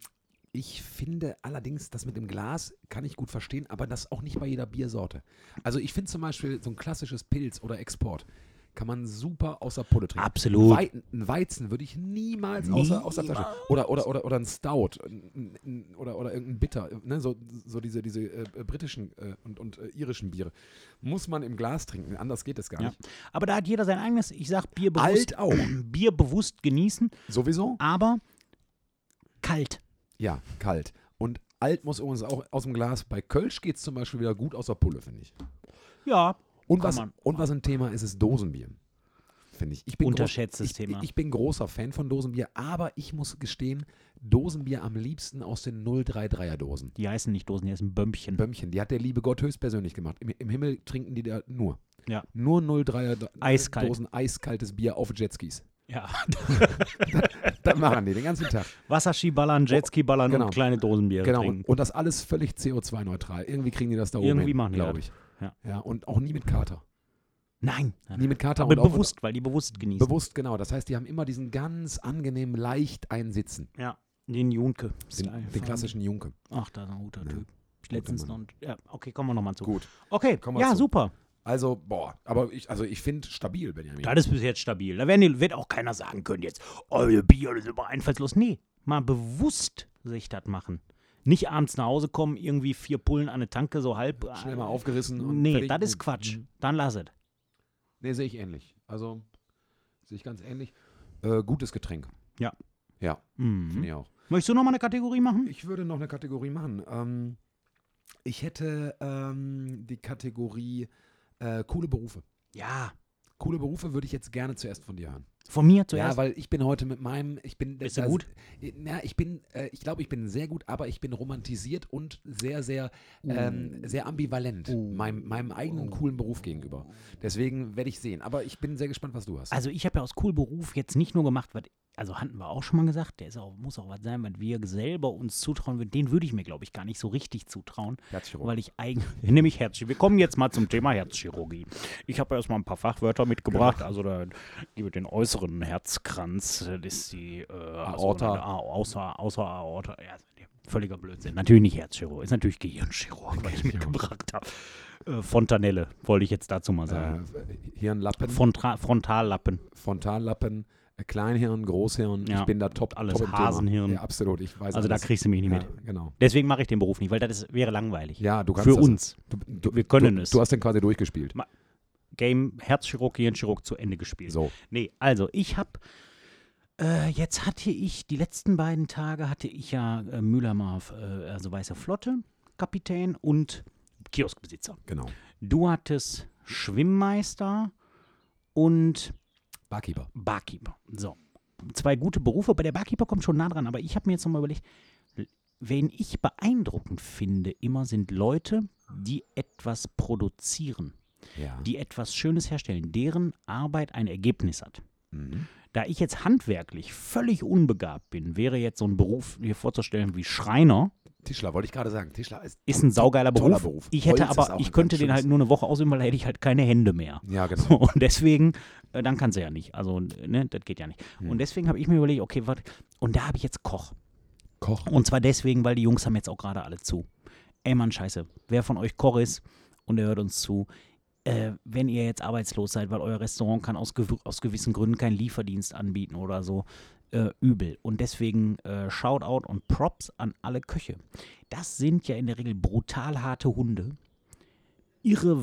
ich finde allerdings, das mit dem Glas kann ich gut verstehen, aber das auch nicht bei jeder Biersorte. Also ich finde zum Beispiel so ein klassisches Pilz oder Export kann man super außer Pulle trinken.
Absolut.
Wei ein Weizen würde ich niemals außer, außer Flasche. Oder, oder, oder, oder ein Stout ein, ein, oder, oder irgendein Bitter. Ne? So, so diese, diese äh, britischen äh, und, und äh, irischen Biere. Muss man im Glas trinken, anders geht es gar
Ja.
nicht.
Aber da hat jeder sein eigenes, ich sage Bier
Alt
bewusst,
auch.
Bier bewusst genießen,
Sowieso?
aber kalt.
Ja, kalt. Und alt muss übrigens auch aus dem Glas. Bei Kölsch geht es zum Beispiel wieder gut aus der Pulle, finde ich.
Ja,
Und
Kann
was,
man.
und was ein Thema ist, ist Dosenbier. finde ich. ich bin
Unterschätztes
ich,
Thema.
Ich, ich bin großer Fan von Dosenbier, aber ich muss gestehen, Dosenbier am liebsten aus den 033er Dosen.
Die heißen nicht Dosen, die heißen Bömmchen.
Bömmchen, die hat der liebe Gott höchstpersönlich gemacht. Im, im Himmel trinken die da nur.
Ja.
Nur 0,3er Do-
Eiskalt.
Dosen eiskaltes Bier auf Jetskis.
ja.
Das machen die den ganzen Tag.
Wasserski ballern, Jetski ballern
Genau.
und kleine Dosenbier
genau. Und,
trinken.
und das alles völlig CO2-neutral. Irgendwie kriegen die das da oben
Irgendwie
hin,
machen die
glaube
das.
ich.
Ja.
und auch nie mit Kater.
Nein. nein,
Nie mit Kater
Aber
und auch-
bewusst, weil die bewusst
Und
genießen.
bewusst, genau. Das heißt, die haben immer diesen ganz angenehmen, leicht einsitzen.
ja. Den Junke.
Den, den klassischen Junke.
Ach, da ist ein guter
Ja.
Typ. Ich letztens noch.
Mann.
Ja, okay, kommen wir nochmal zu.
Gut.
Okay,
Kommen wir
ja,
zu.
super.
Also, boah, aber ich, also ich finde stabil, Benjamin.
Das ist bis jetzt stabil. Da werden die, wird auch keiner sagen können jetzt, oh, ihr Bier ist immer einfallslos. Nee, mal bewusst sich das machen. Nicht abends nach Hause kommen, irgendwie vier Pullen an eine Tanke, so halb. äh,
Schnell mal aufgerissen. Und
Nee,
fertig. Mhm.
das ist Quatsch. Dann lass es.
Nee, sehe ich ähnlich. Also, sehe ich ganz ähnlich. Äh, gutes Getränk.
Ja.
Ja,
Mhm.
finde ich auch.
Möchtest du nochmal eine Kategorie machen?
Ich würde noch eine Kategorie machen. Ähm, ich hätte ähm, die Kategorie äh, coole Berufe.
Ja.
Coole Berufe würde ich jetzt gerne zuerst von dir hören.
Von mir zuerst.
Ja, weil ich bin heute mit meinem, ich bin.
Bist du gut?
Na, ich bin, äh, ich glaube, ich bin sehr gut, aber ich bin romantisiert und sehr, sehr,
Uh.
ähm, sehr ambivalent meinem, meinem eigenen coolen Beruf gegenüber. Deswegen werde ich sehen. Aber ich bin sehr gespannt, was du hast.
Also ich habe ja aus cool Beruf jetzt nicht nur gemacht, was, also hatten wir auch schon mal gesagt, der ist auch, muss auch was sein, was wir selber uns zutrauen würden. Den würde ich mir, glaube ich, gar nicht so richtig zutrauen.
Herzchirurg.
Weil ich eigentlich, nämlich Herzchirurgie. Wir kommen jetzt mal zum Thema Herzchirurgie. Ich habe erstmal ein paar Fachwörter mitgebracht. Also da gibt es den äußeren Herzkranz, das ist die äh,
Aorta.
sogenannte Au- Außer, außer Aorta. Ja, völliger Blödsinn. Natürlich nicht Herzchirurg, ist natürlich Gehirnchirurg, was ich mitgebracht habe. Äh, Fontanelle wollte ich jetzt dazu mal sagen.
äh, Hirnlappen,
Frontra- Frontallappen.
Frontallappen, äh, Kleinhirn, Großhirn.
Ja.
Ich bin da top.
Alles
top im
Hasenhirn.
Thema. Ja, absolut. Ich weiß
Also da
alles.
kriegst du mich nicht mit.
ja, Genau.
Deswegen mache ich den Beruf nicht, weil das ist, wäre langweilig.
Ja, du kannst
Für
das,
uns.
Du, du,
Wir können
du,
es.
Du hast den quasi durchgespielt.
Game Herzchirurg, Gehirnchirurg zu Ende gespielt.
So.
Nee, also ich habe, äh, jetzt hatte ich, die letzten beiden Tage hatte ich ja äh, Müller-Marv, äh, also Weiße Flotte, Kapitän und Kioskbesitzer.
Genau.
Du hattest Schwimmmeister und
Barkeeper.
Barkeeper. So. Zwei gute Berufe. Bei der Barkeeper kommt schon nah dran, aber ich habe mir jetzt nochmal überlegt, wen ich beeindruckend finde, immer sind Leute, die etwas produzieren,
Ja.
die etwas Schönes herstellen, deren Arbeit ein Ergebnis hat.
mhm.
Da ich jetzt handwerklich völlig unbegabt bin, wäre jetzt so ein Beruf mir vorzustellen wie Schreiner,
Tischler, wollte ich gerade sagen. Tischler ist
ist ein saugeiler
Toller
Beruf.
Beruf.
Ich hätte
Holz ist
aber,
auch
ich
ein
könnte
ganz
den
schönes-
halt nur eine Woche ausüben, weil da hätte ich halt keine Hände mehr.
Ja, genau.
So, und deswegen, äh, dann kannst du ja nicht. Also, ne, das geht ja nicht. Und deswegen habe ich mir überlegt, okay, was. Und da habe ich jetzt Koch.
Koch.
Und zwar deswegen, weil die Jungs haben jetzt auch gerade alle zu. Ey Mann, scheiße. Wer von euch Koch ist und der hört uns zu, äh, wenn ihr jetzt arbeitslos seid, weil euer Restaurant kann aus, gew aus gewissen Gründen keinen Lieferdienst anbieten oder so, äh, übel. Und deswegen äh, Shoutout und Props an alle Köche. Das sind ja in der Regel brutal harte Hunde. Ihre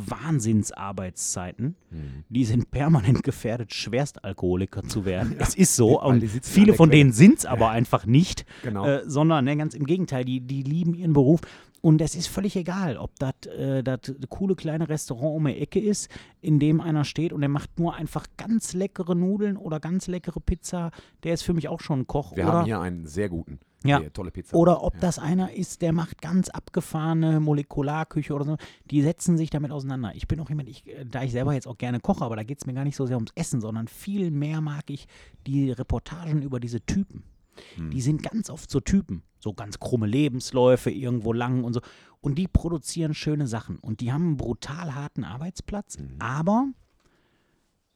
Wahnsinnsarbeitszeiten,
Mhm.
die sind permanent gefährdet, Schwerstalkoholiker zu werden. Es ist so,
weil
und
die sitzen an
viele
der
von
Quelle.
denen sind es aber einfach nicht.
Genau.
Äh, sondern ne, ganz im Gegenteil, die, die lieben ihren Beruf. Und es ist völlig egal, ob das äh, das coole kleine Restaurant um die Ecke ist, in dem einer steht und der macht nur einfach ganz leckere Nudeln oder ganz leckere Pizza. Der ist für mich auch schon ein Koch.
Wir
oder
haben hier einen sehr guten.
Ja.
Nee, tolle Pizza.
oder ob
ja.
das einer ist, der macht ganz abgefahrene Molekularküche oder so. Die setzen sich damit auseinander. Ich bin auch jemand, ich, äh, da ich selber jetzt auch gerne koche, aber da geht es mir gar nicht so sehr ums Essen, sondern viel mehr mag ich die Reportagen über diese Typen.
Hm.
Die sind ganz oft so Typen. So ganz krumme Lebensläufe, irgendwo lang und so. Und die produzieren schöne Sachen. Und die haben einen brutal harten Arbeitsplatz,
Mhm.
aber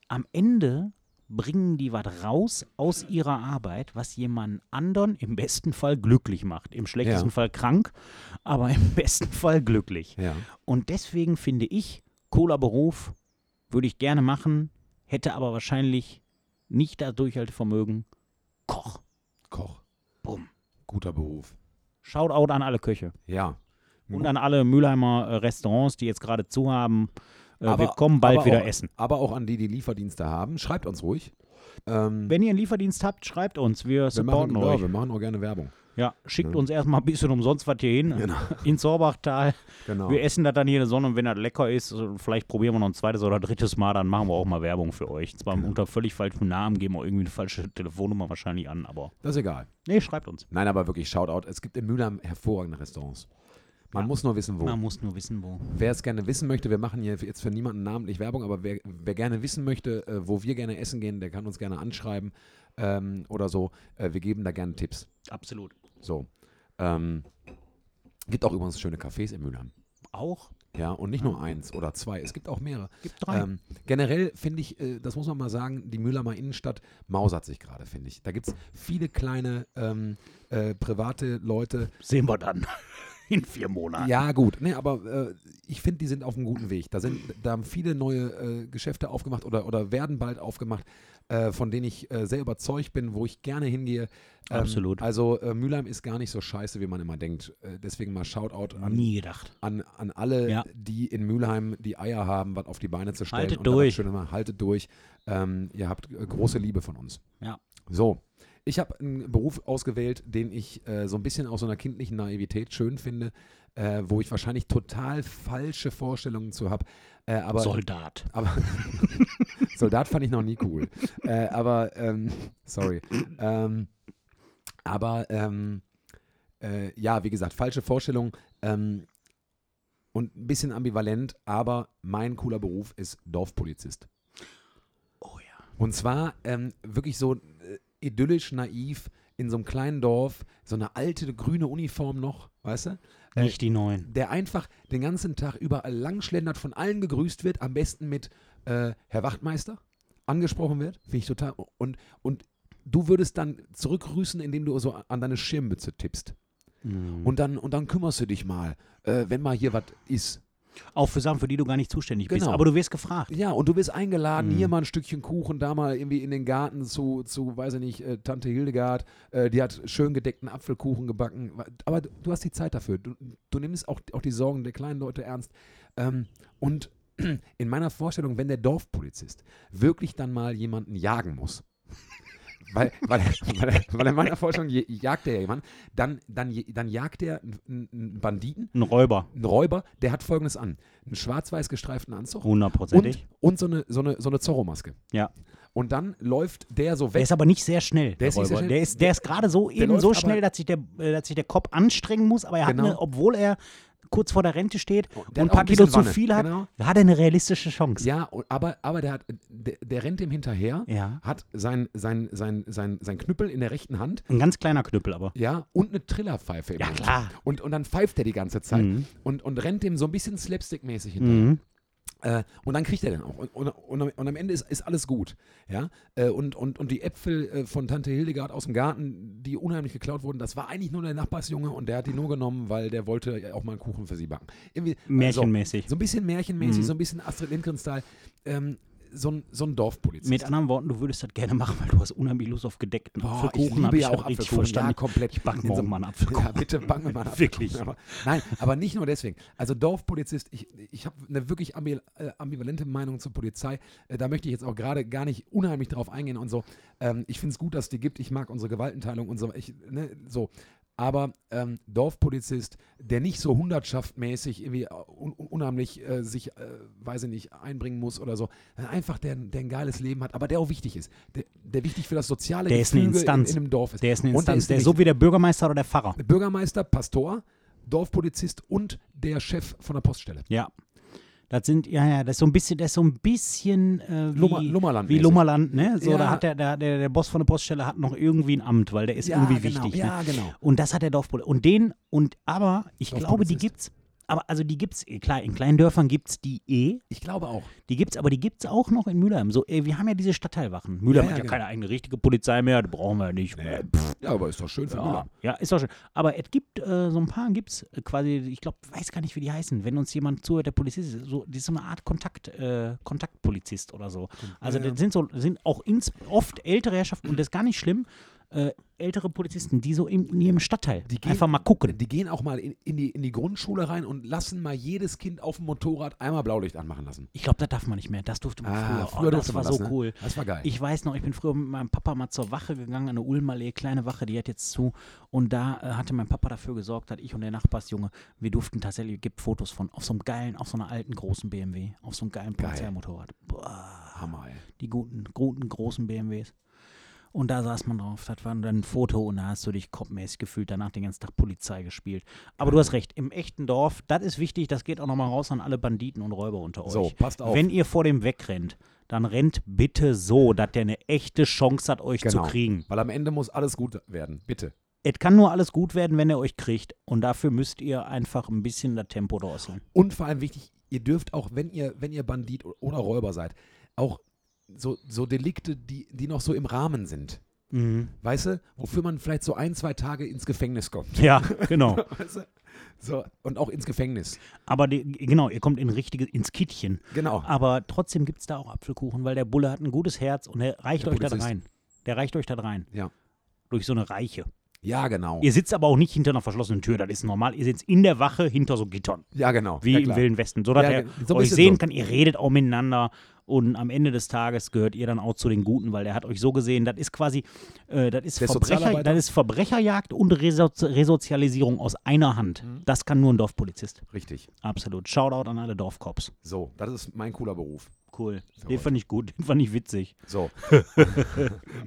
am Ende bringen die was raus aus ihrer Arbeit, was jemanden anderen im besten Fall glücklich macht. Im schlechtesten
Ja.
Fall krank, aber im besten Fall glücklich.
Ja.
Und deswegen finde ich, cooler Beruf würde ich gerne machen, hätte aber wahrscheinlich nicht das Durchhaltevermögen. Koch.
Koch.
Bumm.
Guter Beruf.
Shoutout an alle Köche
Ja.
und an alle Mülheimer äh, Restaurants, die jetzt gerade zu haben. Äh,
Aber-
wir kommen bald
aber
wieder
auch,
essen.
Aber auch an die, die Lieferdienste haben. Schreibt uns ruhig. Ähm,
Wenn ihr einen Lieferdienst habt, schreibt uns.
wir,
Wir
machen,
supporten
ja,
euch.
wir machen auch gerne Werbung.
Ja, schickt uns erstmal ein bisschen umsonst was hier hin,
Ne? Genau.
ins Sorbachtal.
Genau.
Wir essen das dann hier in der Sonne und wenn das lecker ist, vielleicht probieren wir noch ein zweites oder drittes Mal, dann machen wir auch mal Werbung für euch. Zwar
Genau.
unter völlig falschem Namen, geben wir irgendwie eine falsche Telefonnummer wahrscheinlich an, aber
Das ist egal.
nee, schreibt uns.
Nein, aber wirklich Shoutout. Es gibt in Mülheim hervorragende Restaurants. Man muss nur wissen, wo.
Man muss nur wissen, wo.
Wer es gerne wissen möchte, wir machen hier jetzt für niemanden namentlich Werbung, aber wer, wer gerne wissen möchte, äh, wo wir gerne essen gehen, der kann uns gerne anschreiben ähm, oder so. Äh, wir geben da gerne Tipps.
Absolut.
So. Ähm, gibt auch übrigens schöne Cafés in Mülheim.
Auch?
Ja, und nicht nur eins oder zwei, es gibt auch mehrere.
Gibt drei.
Ähm, generell finde ich, äh, das muss man mal sagen, die Mülheimer Innenstadt mausert sich gerade, finde ich. Da gibt es viele kleine ähm, äh, private Leute,
Sehen wir dann in vier Monaten.
Ja, gut. Nee, aber äh, ich finde, die sind auf einem guten Weg. Da, sind, da haben viele neue äh, Geschäfte aufgemacht oder, oder werden bald aufgemacht, äh, von denen ich äh, sehr überzeugt bin, wo ich gerne hingehe. Ähm,
Absolut.
Also äh, Mülheim ist gar nicht so scheiße, wie man immer denkt. Äh, deswegen mal Shoutout an,
Nie gedacht.
an, an alle,
Ja.
die in Mülheim die Eier haben, was auf die Beine zu stellen.
Haltet
da was
durch.
Schönes machen. haltet durch. Ähm, ihr habt äh, große Liebe von uns.
Ja.
So, ich habe einen Beruf ausgewählt, den ich äh, so ein bisschen aus so einer kindlichen Naivität schön finde, äh, wo ich wahrscheinlich total falsche Vorstellungen zu habe. Äh, aber
Soldat.
aber Soldat fand ich noch nie cool. äh, aber ähm, sorry. Ähm, aber ähm, äh, ja, wie gesagt, falsche Vorstellung ähm, und ein bisschen ambivalent, aber mein cooler Beruf ist Dorfpolizist.
Oh ja.
Und zwar ähm, wirklich so äh, idyllisch naiv in so einem kleinen Dorf, so eine alte grüne Uniform noch, weißt du? Äh,
Nicht die neuen.
der einfach den ganzen Tag überall langschlendert, von allen gegrüßt wird, am besten mit äh, Herr Wachtmeister angesprochen wird, finde ich total. Und, und du würdest dann zurückgrüßen, indem du so an deine Schirmmütze tippst.
Mhm.
Und dann, und dann kümmerst du dich mal, äh, wenn mal hier was ist.
Auch für Sachen, für die du gar nicht zuständig bist.
Genau.
Aber du wirst gefragt.
Ja, und du bist eingeladen, hier mal ein Stückchen Kuchen, da mal irgendwie in den Garten zu, zu weiß ich nicht, äh, Tante Hildegard. Äh, die hat schön gedeckten Apfelkuchen gebacken. Aber du du hast die Zeit dafür. Du, du nimmst auch, auch die Sorgen der kleinen Leute ernst. Ähm, und in meiner Vorstellung, wenn der Dorfpolizist wirklich dann mal jemanden jagen muss, weil, weil, weil, weil in meiner Vorstellung je- jagt er ja jemanden, dann, dann, je- dann jagt er einen einen Banditen,
Ein Räuber.
einen Räuber, der hat folgendes an: einen schwarz-weiß gestreiften Anzug.
Hundertprozentig.
Und, und so eine, so eine, so eine Zorro-Maske.
Ja.
Und dann läuft der so
Der
weg.
ist aber nicht sehr schnell.
Der
Der,
ist nicht
Räuber.
sehr schnell.
der ist, der ist gerade so eben
läuft
so
aber-
schnell, dass sich, der, äh, dass sich der Kopf anstrengen muss, aber er
Genau. Oh,
hat eine, obwohl er kurz vor der Rente steht und
der
ein
hat auch
paar
ein
Kilo
bisschen
zu
Wanne.
viel hat,
Genau.
hat er eine realistische Chance.
Ja, und- aber, aber der, hat, der, der rennt dem hinterher,
Ja.
hat sein, sein, sein, sein, sein Knüppel in der rechten Hand
Ein ganz kleiner Knüppel aber.
Ja, und eine Trillerpfeife im
Ja,
Mund.
klar.
Und, und dann pfeift er die ganze Zeit
Mhm.
und, und rennt dem so ein bisschen slapstick-mäßig hinterher.
Mhm.
Äh, und dann kriegt er den auch. Und, und, und, am- und am Ende ist, ist alles gut. Ja? Äh, und, und, und die Äpfel äh, von Tante Hildegard aus dem Garten, die unheimlich geklaut wurden, das war eigentlich nur der Nachbarsjunge und der hat die nur genommen, weil der wollte ja auch mal einen Kuchen für sie backen. Irgendwie, äh,
Märchenmäßig.
So,
Mhm.
so ein bisschen märchenmäßig, so ein bisschen Astrid Lindgren-Style. Ähm, so ein, so ein Dorfpolizist.
Mit anderen Worten, du würdest das gerne machen, weil du hast unheimlich Lust auf gedeckten
Boah, ich
Apfelkuchen. hab
liebe ja
das
auch
richtig
Apfelkuchen. Ja,
verstanden.
komplett.
Ich backe
In so
morgen
einem-
mal einen Apfelkuchen.
Ja, bitte bange mal ab.
Wirklich.
Aber, nein, aber nicht nur deswegen. Also Dorfpolizist, ich, ich habe eine wirklich ambi äh, ambivalente Meinung zur Polizei. Äh, da möchte ich jetzt auch gerade gar nicht unheimlich drauf eingehen und so. Ähm, ich finde es gut, dass es die gibt. Ich mag unsere Gewaltenteilung und so. Ich, ne, so. Aber ähm, Dorfpolizist, der nicht so hundertschaftmäßig irgendwie äh, un un- unheimlich äh, sich, äh, weiß ich nicht, einbringen muss oder so, sondern einfach der, der ein geiles Leben hat, aber der auch wichtig ist, der, der wichtig für das soziale
Der ist eine
Gefüge
Instanz.
In, in einem Dorf ist.
Der ist eine
Und der
Instanz,
ist
der ist
nämlich
so wie der Bürgermeister oder der Pfarrer.
Bürgermeister, Pastor, Dorfpolizist und der Chef von der Poststelle.
Ja. Das sind, ja, ja, das ist so ein bisschen, das ist so ein bisschen äh, wie,
Lummer- Lummerland
wie
mäßig.
Lummerland, ne? So,
Ja.
da hat der, der, der, der Boss von der Poststelle hat noch irgendwie ein Amt, weil der ist irgendwie
genau,
wichtig.
Ja,
ne?
genau.
Und das hat der Dorfpolizist. Und den, und aber, ich glaube, die
Dorfpolizist.
gibt's. Aber also die gibt's, eh, klar, in kleinen Dörfern gibt's die eh,
Ich glaube auch.
die gibt's, aber die gibt's auch noch in Mülheim. So, ey, wir haben ja diese Stadtteilwachen. Mülheim
Ja, ja,
hat ja
genau.
keine eigene richtige Polizei mehr, die brauchen wir ja nicht. Pff,
Äh, Ja, aber ist doch schön für
ja,
Müller.
ja, ist doch schön. Aber es gibt äh, so ein paar, gibt's äh, quasi, ich glaube, weiß gar nicht, wie die heißen. Wenn uns jemand zuhört, der Polizist ist, so, die ist so eine Art Kontakt, äh, Kontaktpolizist oder so. Also
Ja, ja.
das sind so, sind auch ins, oft ältere Herrschaften und das ist gar nicht schlimm. äh, äh, ältere Polizisten, die so in, in ihrem Stadtteil
Die gehen-
einfach mal gucken.
Die gehen auch mal in, in, die, in die Grundschule rein und lassen mal jedes Kind auf dem Motorrad einmal Blaulicht anmachen lassen.
Ich glaube, das darf man nicht mehr. Das durfte man
Ah,
früher. oh, das war so
ne?
cool.
Das war geil.
Ich weiß noch, ich bin früher mit meinem Papa mal zur Wache gegangen, an der Ulmallee, kleine Wache, die hat jetzt zu. Und da äh, hatte mein Papa dafür gesorgt, dass ich und der Nachbarsjunge, wir durften tatsächlich, gibt Fotos von, auf so einem geilen, auf so einer alten großen BMW, auf so einem geilen
Geil.
Polizeimotorrad. Boah,
Hammer, ey.
die guten, guten, großen BMWs. Und da saß man drauf, das war dann ein Foto und da hast du dich kopfmäßig gefühlt, danach den ganzen Tag Polizei gespielt. Aber du hast recht, im echten Dorf, das ist wichtig, das geht auch nochmal raus an alle Banditen und Räuber unter euch.
So, passt auf.
Wenn ihr vor dem wegrennt, dann rennt bitte so, dass der eine echte Chance hat, euch
Genau.
zu kriegen.
Weil am Ende muss alles gut werden. Bitte.
Es kann nur alles gut werden, wenn er euch kriegt. Und dafür müsst ihr einfach ein bisschen das Tempo drosseln.
Und vor allem wichtig, ihr dürft auch, wenn ihr, wenn ihr Bandit o- oder Räuber seid, auch so, so Delikte, die, die noch so im Rahmen sind.
Mhm.
Weißt du, wofür man vielleicht so ein, zwei Tage ins Gefängnis kommt.
Ja, genau.
Weißt du? So, und auch ins Gefängnis.
Aber die, genau, ihr kommt in richtige, ins Kittchen.
Genau.
Aber trotzdem gibt es da auch Apfelkuchen, weil der Bulle hat ein gutes Herz und er reicht
Der
euch da
Polizist.
rein. Der reicht euch da rein.
Ja.
Durch so eine Reiche.
Ja, genau.
Ihr sitzt aber auch nicht hinter einer verschlossenen Tür, das ist normal. Ihr sitzt in der Wache hinter so Gittern,
Ja, genau.
wie
ja,
im
klar.
Wilden Westen, sodass
Ja,
er
ge- so ein
euch
bisschen
sehen
so.
kann, ihr redet auch miteinander und am Ende des Tages gehört ihr dann auch zu den Guten, weil der hat euch so gesehen, das ist quasi, äh, das, ist
Der
Verbrecher,
Sozialarbeiter?
das ist Verbrecherjagd und Resozi Resozialisierung aus einer Hand.
Mhm.
Das kann nur ein Dorfpolizist,
Richtig.
absolut. Shoutout an alle Dorfcops.
So, das ist mein cooler Beruf.
Cool, den
Jawohl.
fand ich gut, den fand ich witzig.
So.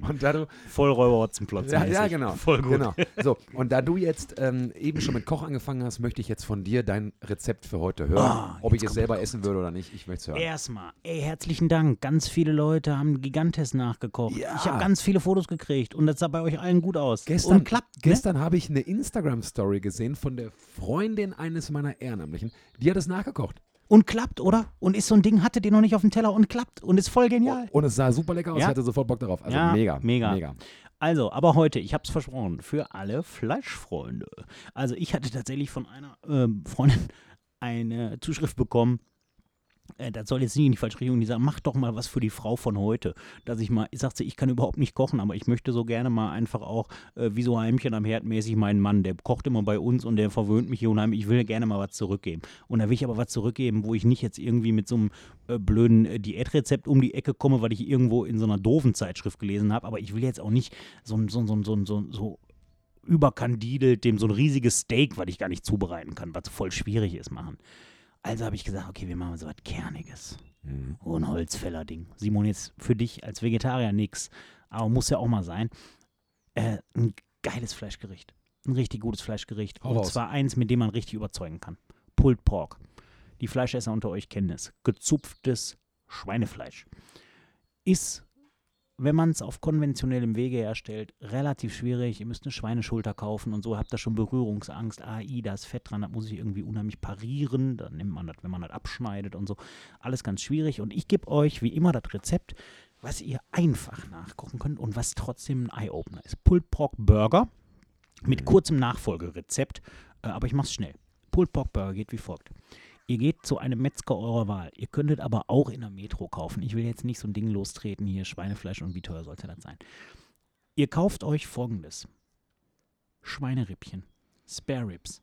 und da du,
Voll Räuber-Hotzenplotz.
ja, ja, genau.
Voll gut.
Genau. So, und da du jetzt ähm, eben schon mit Koch angefangen hast, möchte ich jetzt von dir dein Rezept für heute hören.
Ah,
Ob ich
jetzt
es selber essen würde oder nicht, ich möchte es hören.
Erstmal, ey, herzlichen Dank. Ganz viele Leute haben Gigantes nachgekocht.
Ja.
Ich habe ganz viele Fotos gekriegt und das sah bei euch allen gut aus.
Gestern,
und klappt, ne?
gestern habe ich eine Instagram-Story gesehen von der Freundin eines meiner Ehrenamtlichen. Die hat es nachgekocht.
Und klappt, oder? Und ist so ein Ding, hattet ihr noch nicht auf dem Teller und klappt und ist voll genial.
Und es sah super lecker aus.
Ja?
Ich hatte sofort Bock darauf. Also
Ja,
mega,
mega.
mega.
Also, aber heute, ich habe es versprochen, für alle Fleischfreunde. Also, ich hatte tatsächlich von einer ähm, Freundin eine Zuschrift bekommen. Äh, das soll jetzt nicht in die falsche Richtung. Die sagt, mach doch mal was für die Frau von heute. Dass ich mal, ich sagte, ich kann überhaupt nicht kochen, aber ich möchte so gerne mal einfach auch, äh, wie so Heimchen am Herd mäßig, meinen Mann, der kocht immer bei uns und der verwöhnt mich hier unheimlich. Ich will gerne mal was zurückgeben. Und da will ich aber was zurückgeben, wo ich nicht jetzt irgendwie mit so einem äh, blöden äh, Diätrezept um die Ecke komme, weil ich irgendwo in so einer doofen Zeitschrift gelesen habe. Aber ich will jetzt auch nicht so ein, so ein, so ein, so ein, so, ein- so überkandidelt dem so ein riesiges Steak, was ich gar nicht zubereiten kann, was voll schwierig ist, machen. Also habe ich gesagt, okay, wir machen so was Kerniges.
Mhm.
Oh, ein Holzfäller-Ding. Simon, jetzt für dich als Vegetarier nix. Aber muss ja auch mal sein. Äh, ein geiles Fleischgericht. Ein richtig gutes Fleischgericht.
Hau
und
raus.
zwar eins, mit dem man richtig überzeugen kann. Pulled Pork. Die Fleischesser unter euch kennen es. Gezupftes Schweinefleisch. Ist, wenn man es auf konventionellem Wege herstellt, relativ schwierig. Ihr müsst eine Schweineschulter kaufen und so habt ihr schon Berührungsangst. Ah, i, da ist Fett dran, das muss ich irgendwie unheimlich parieren. Dann nimmt man das, wenn man das abschneidet und so alles ganz schwierig. Und ich gebe euch wie immer das Rezept, was ihr einfach nachkochen könnt und was trotzdem ein Eye-Opener ist. Pulled Pork Burger mit kurzem Nachfolgerezept, äh, aber ich mache es schnell. Pulled Pork Burger geht wie folgt. Ihr geht zu einem Metzger eurer Wahl. Ihr könntet aber auch in der Metro kaufen. Ich will jetzt nicht so ein Ding lostreten hier, Schweinefleisch und wie teuer sollte das sein. Ihr kauft euch folgendes. Schweinerippchen, Spare Ribs,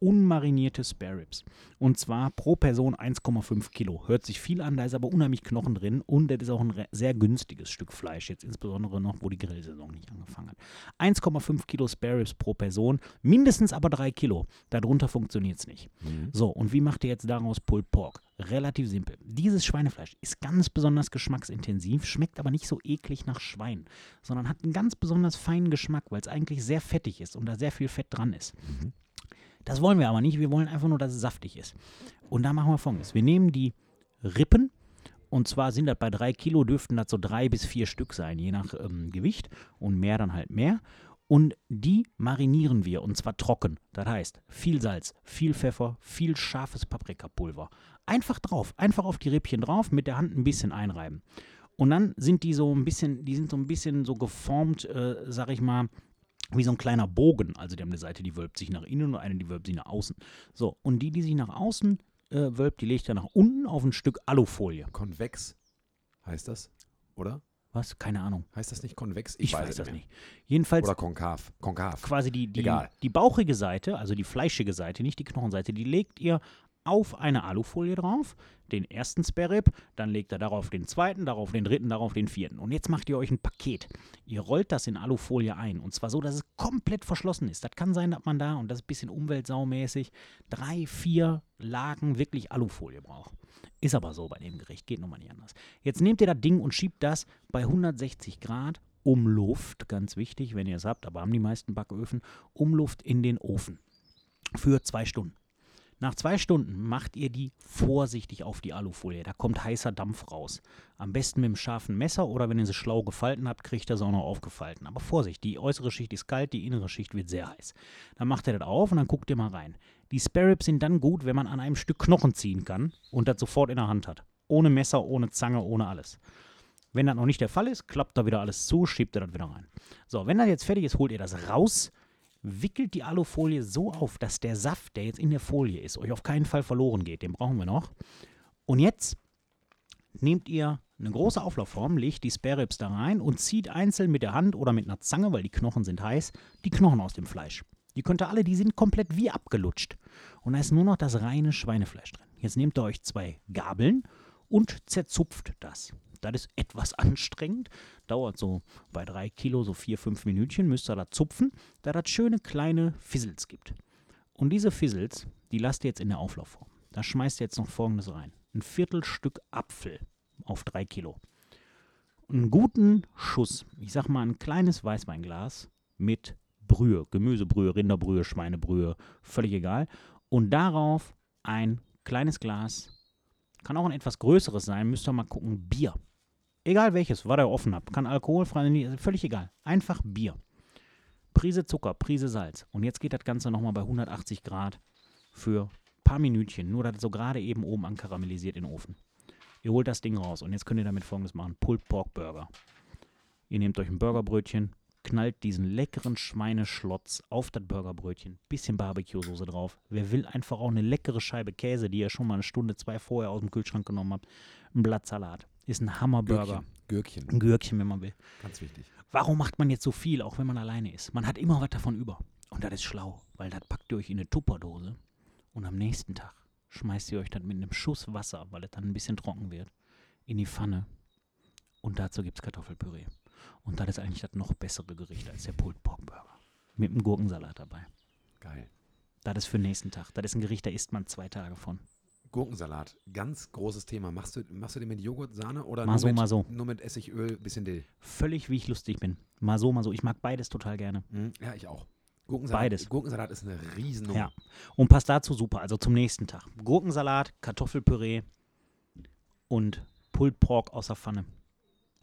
unmarinierte Spare Ribs. Und zwar pro Person 1,5 Kilo. Hört sich viel an, da ist aber unheimlich Knochen drin und das ist auch ein re- sehr günstiges Stück Fleisch, jetzt insbesondere noch, wo die Grillsaison nicht angefangen hat. 1,5 Kilo Spare Ribs pro Person, mindestens aber 3 Kilo. Darunter funktioniert es nicht.
Mhm.
So, und wie macht ihr jetzt daraus Pulled Pork? Relativ simpel. Dieses Schweinefleisch ist ganz besonders geschmacksintensiv, schmeckt aber nicht so eklig nach Schwein, sondern hat einen ganz besonders feinen Geschmack, weil es eigentlich sehr fettig ist und da sehr viel Fett dran ist. Das wollen wir aber nicht. Wir wollen einfach nur, dass es saftig ist. Und da machen wir folgendes. Wir nehmen die Rippen. Und zwar sind das bei drei Kilo, dürften das so drei bis vier Stück sein, je nach ähm, Gewicht. Und mehr dann halt mehr. Und die marinieren wir und zwar trocken. Das heißt, viel Salz, viel Pfeffer, viel scharfes Paprikapulver. Einfach drauf, einfach auf die Rippchen drauf, mit der Hand ein bisschen einreiben. Und dann sind die so ein bisschen, die sind so ein bisschen so geformt, äh, sag ich mal, wie so ein kleiner Bogen. Also die haben eine Seite, die wölbt sich nach innen und eine, die wölbt sich nach außen. So, und die, die sich nach außen äh, wölbt, die legt er nach unten auf ein Stück Alufolie.
Konvex heißt das, oder?
Was? Keine Ahnung.
Heißt das nicht konvex?
Ich, weiß,
es
das
mehr.
nicht. Jedenfalls
Oder konkav. Konkav.
quasi die, die,
Egal.
die bauchige Seite, also die fleischige Seite, nicht die Knochenseite, die legt ihr auf eine Alufolie drauf, den ersten Sperrib, dann legt er darauf den zweiten, darauf den dritten, darauf den vierten. Und jetzt macht ihr euch ein Paket. Ihr rollt das in Alufolie ein und zwar so, dass es komplett verschlossen ist. Das kann sein, dass man da, und das ist ein bisschen umweltsaumäßig, drei, vier Lagen wirklich Alufolie braucht. Ist aber so bei dem Gericht, geht nochmal nicht anders. Jetzt nehmt ihr das Ding und schiebt das bei 160 Grad Umluft, ganz wichtig, wenn ihr es habt, aber haben die meisten Backöfen, Umluft in den Ofen für zwei Stunden. Nach zwei Stunden macht ihr die vorsichtig auf die Alufolie. Da kommt heißer Dampf raus. Am besten mit einem scharfen Messer oder wenn ihr sie schlau gefalten habt, kriegt ihr sie auch noch aufgefalten. Aber Vorsicht, die äußere Schicht ist kalt, die innere Schicht wird sehr heiß. Dann macht ihr das auf und dann guckt ihr mal rein. Die Sparrows sind dann gut, wenn man an einem Stück Knochen ziehen kann und das sofort in der Hand hat. Ohne Messer, ohne Zange, ohne alles. Wenn das noch nicht der Fall ist, klappt da wieder alles zu, schiebt ihr das wieder rein. So, wenn das jetzt fertig ist, holt ihr das raus, wickelt die Alufolie so auf, dass der Saft, der jetzt in der Folie ist, euch auf keinen Fall verloren geht. Den brauchen wir noch. Und jetzt nehmt ihr eine große Auflaufform, legt die Spare Ribs da rein und zieht einzeln mit der Hand oder mit einer Zange, weil die Knochen sind heiß, die Knochen aus dem Fleisch. Die könnt ihr alle, die sind komplett wie abgelutscht. Und da ist nur noch das reine Schweinefleisch drin. Jetzt nehmt ihr euch zwei Gabeln und zerzupft das. Das ist etwas anstrengend, dauert so bei drei Kilo so vier, fünf Minütchen, müsst ihr da zupfen, da das schöne kleine Fizzles gibt. Und diese Fizzles, die lasst ihr jetzt in der Auflaufform. Da schmeißt ihr jetzt noch folgendes rein. Ein Viertelstück Apfel auf drei Kilo. Einen guten Schuss, ich sag mal ein kleines Weißweinglas mit Brühe, Gemüsebrühe, Rinderbrühe, Schweinebrühe, völlig egal. Und darauf ein kleines Glas, kann auch ein etwas größeres sein, müsst ihr mal gucken, Bier. Egal welches, was ihr offen habt. Kann alkoholfrei, nie- völlig egal. Einfach Bier. Prise Zucker, Prise Salz. Und jetzt geht das Ganze nochmal bei 180 Grad für ein paar Minütchen. Nur, dass es so gerade eben oben ankaramellisiert in den Ofen. Ihr holt das Ding raus und jetzt könnt ihr damit folgendes machen: Pulled Pork Burger. Ihr nehmt euch ein Burgerbrötchen, knallt diesen leckeren Schweineschlotz auf das Burgerbrötchen, bisschen Barbecue-Soße drauf. Wer will einfach auch eine leckere Scheibe Käse, die ihr schon mal eine Stunde, zwei vorher aus dem Kühlschrank genommen habt, ein Blatt Salat. Ist ein Hammerburger.
Gürkchen. Gürkchen.
Ein Gürkchen, wenn man will.
Ganz wichtig.
Warum macht man jetzt so viel, auch wenn man alleine ist? Man hat immer was davon über. Und das ist schlau, weil das packt ihr euch in eine Tupperdose und am nächsten Tag schmeißt ihr euch dann mit einem Schuss Wasser, weil es dann ein bisschen trocken wird, in die Pfanne. Und dazu gibt es Kartoffelpüree. Und das ist eigentlich das noch bessere Gericht als der Pulled Pork Burger. Mit einem Gurkensalat dabei.
Geil.
Das ist für den nächsten Tag. Das ist ein Gericht, da isst man zwei Tage von.
Gurkensalat. Ganz großes Thema. Machst du, machst du den mit Joghurt, Sahne oder
Mal
nur,
so,
mit,
mal so.
nur mit Essigöl, bisschen Dill?
Völlig wie ich lustig bin. Mal so, mal so. Ich mag beides total gerne.
Hm? Ja, ich auch. Gurkensalat,
Beides.
Gurkensalat ist eine Riesennummer.
Ja. Und passt dazu super. Also zum nächsten Tag. Gurkensalat, Kartoffelpüree und Pulled Pork aus der Pfanne.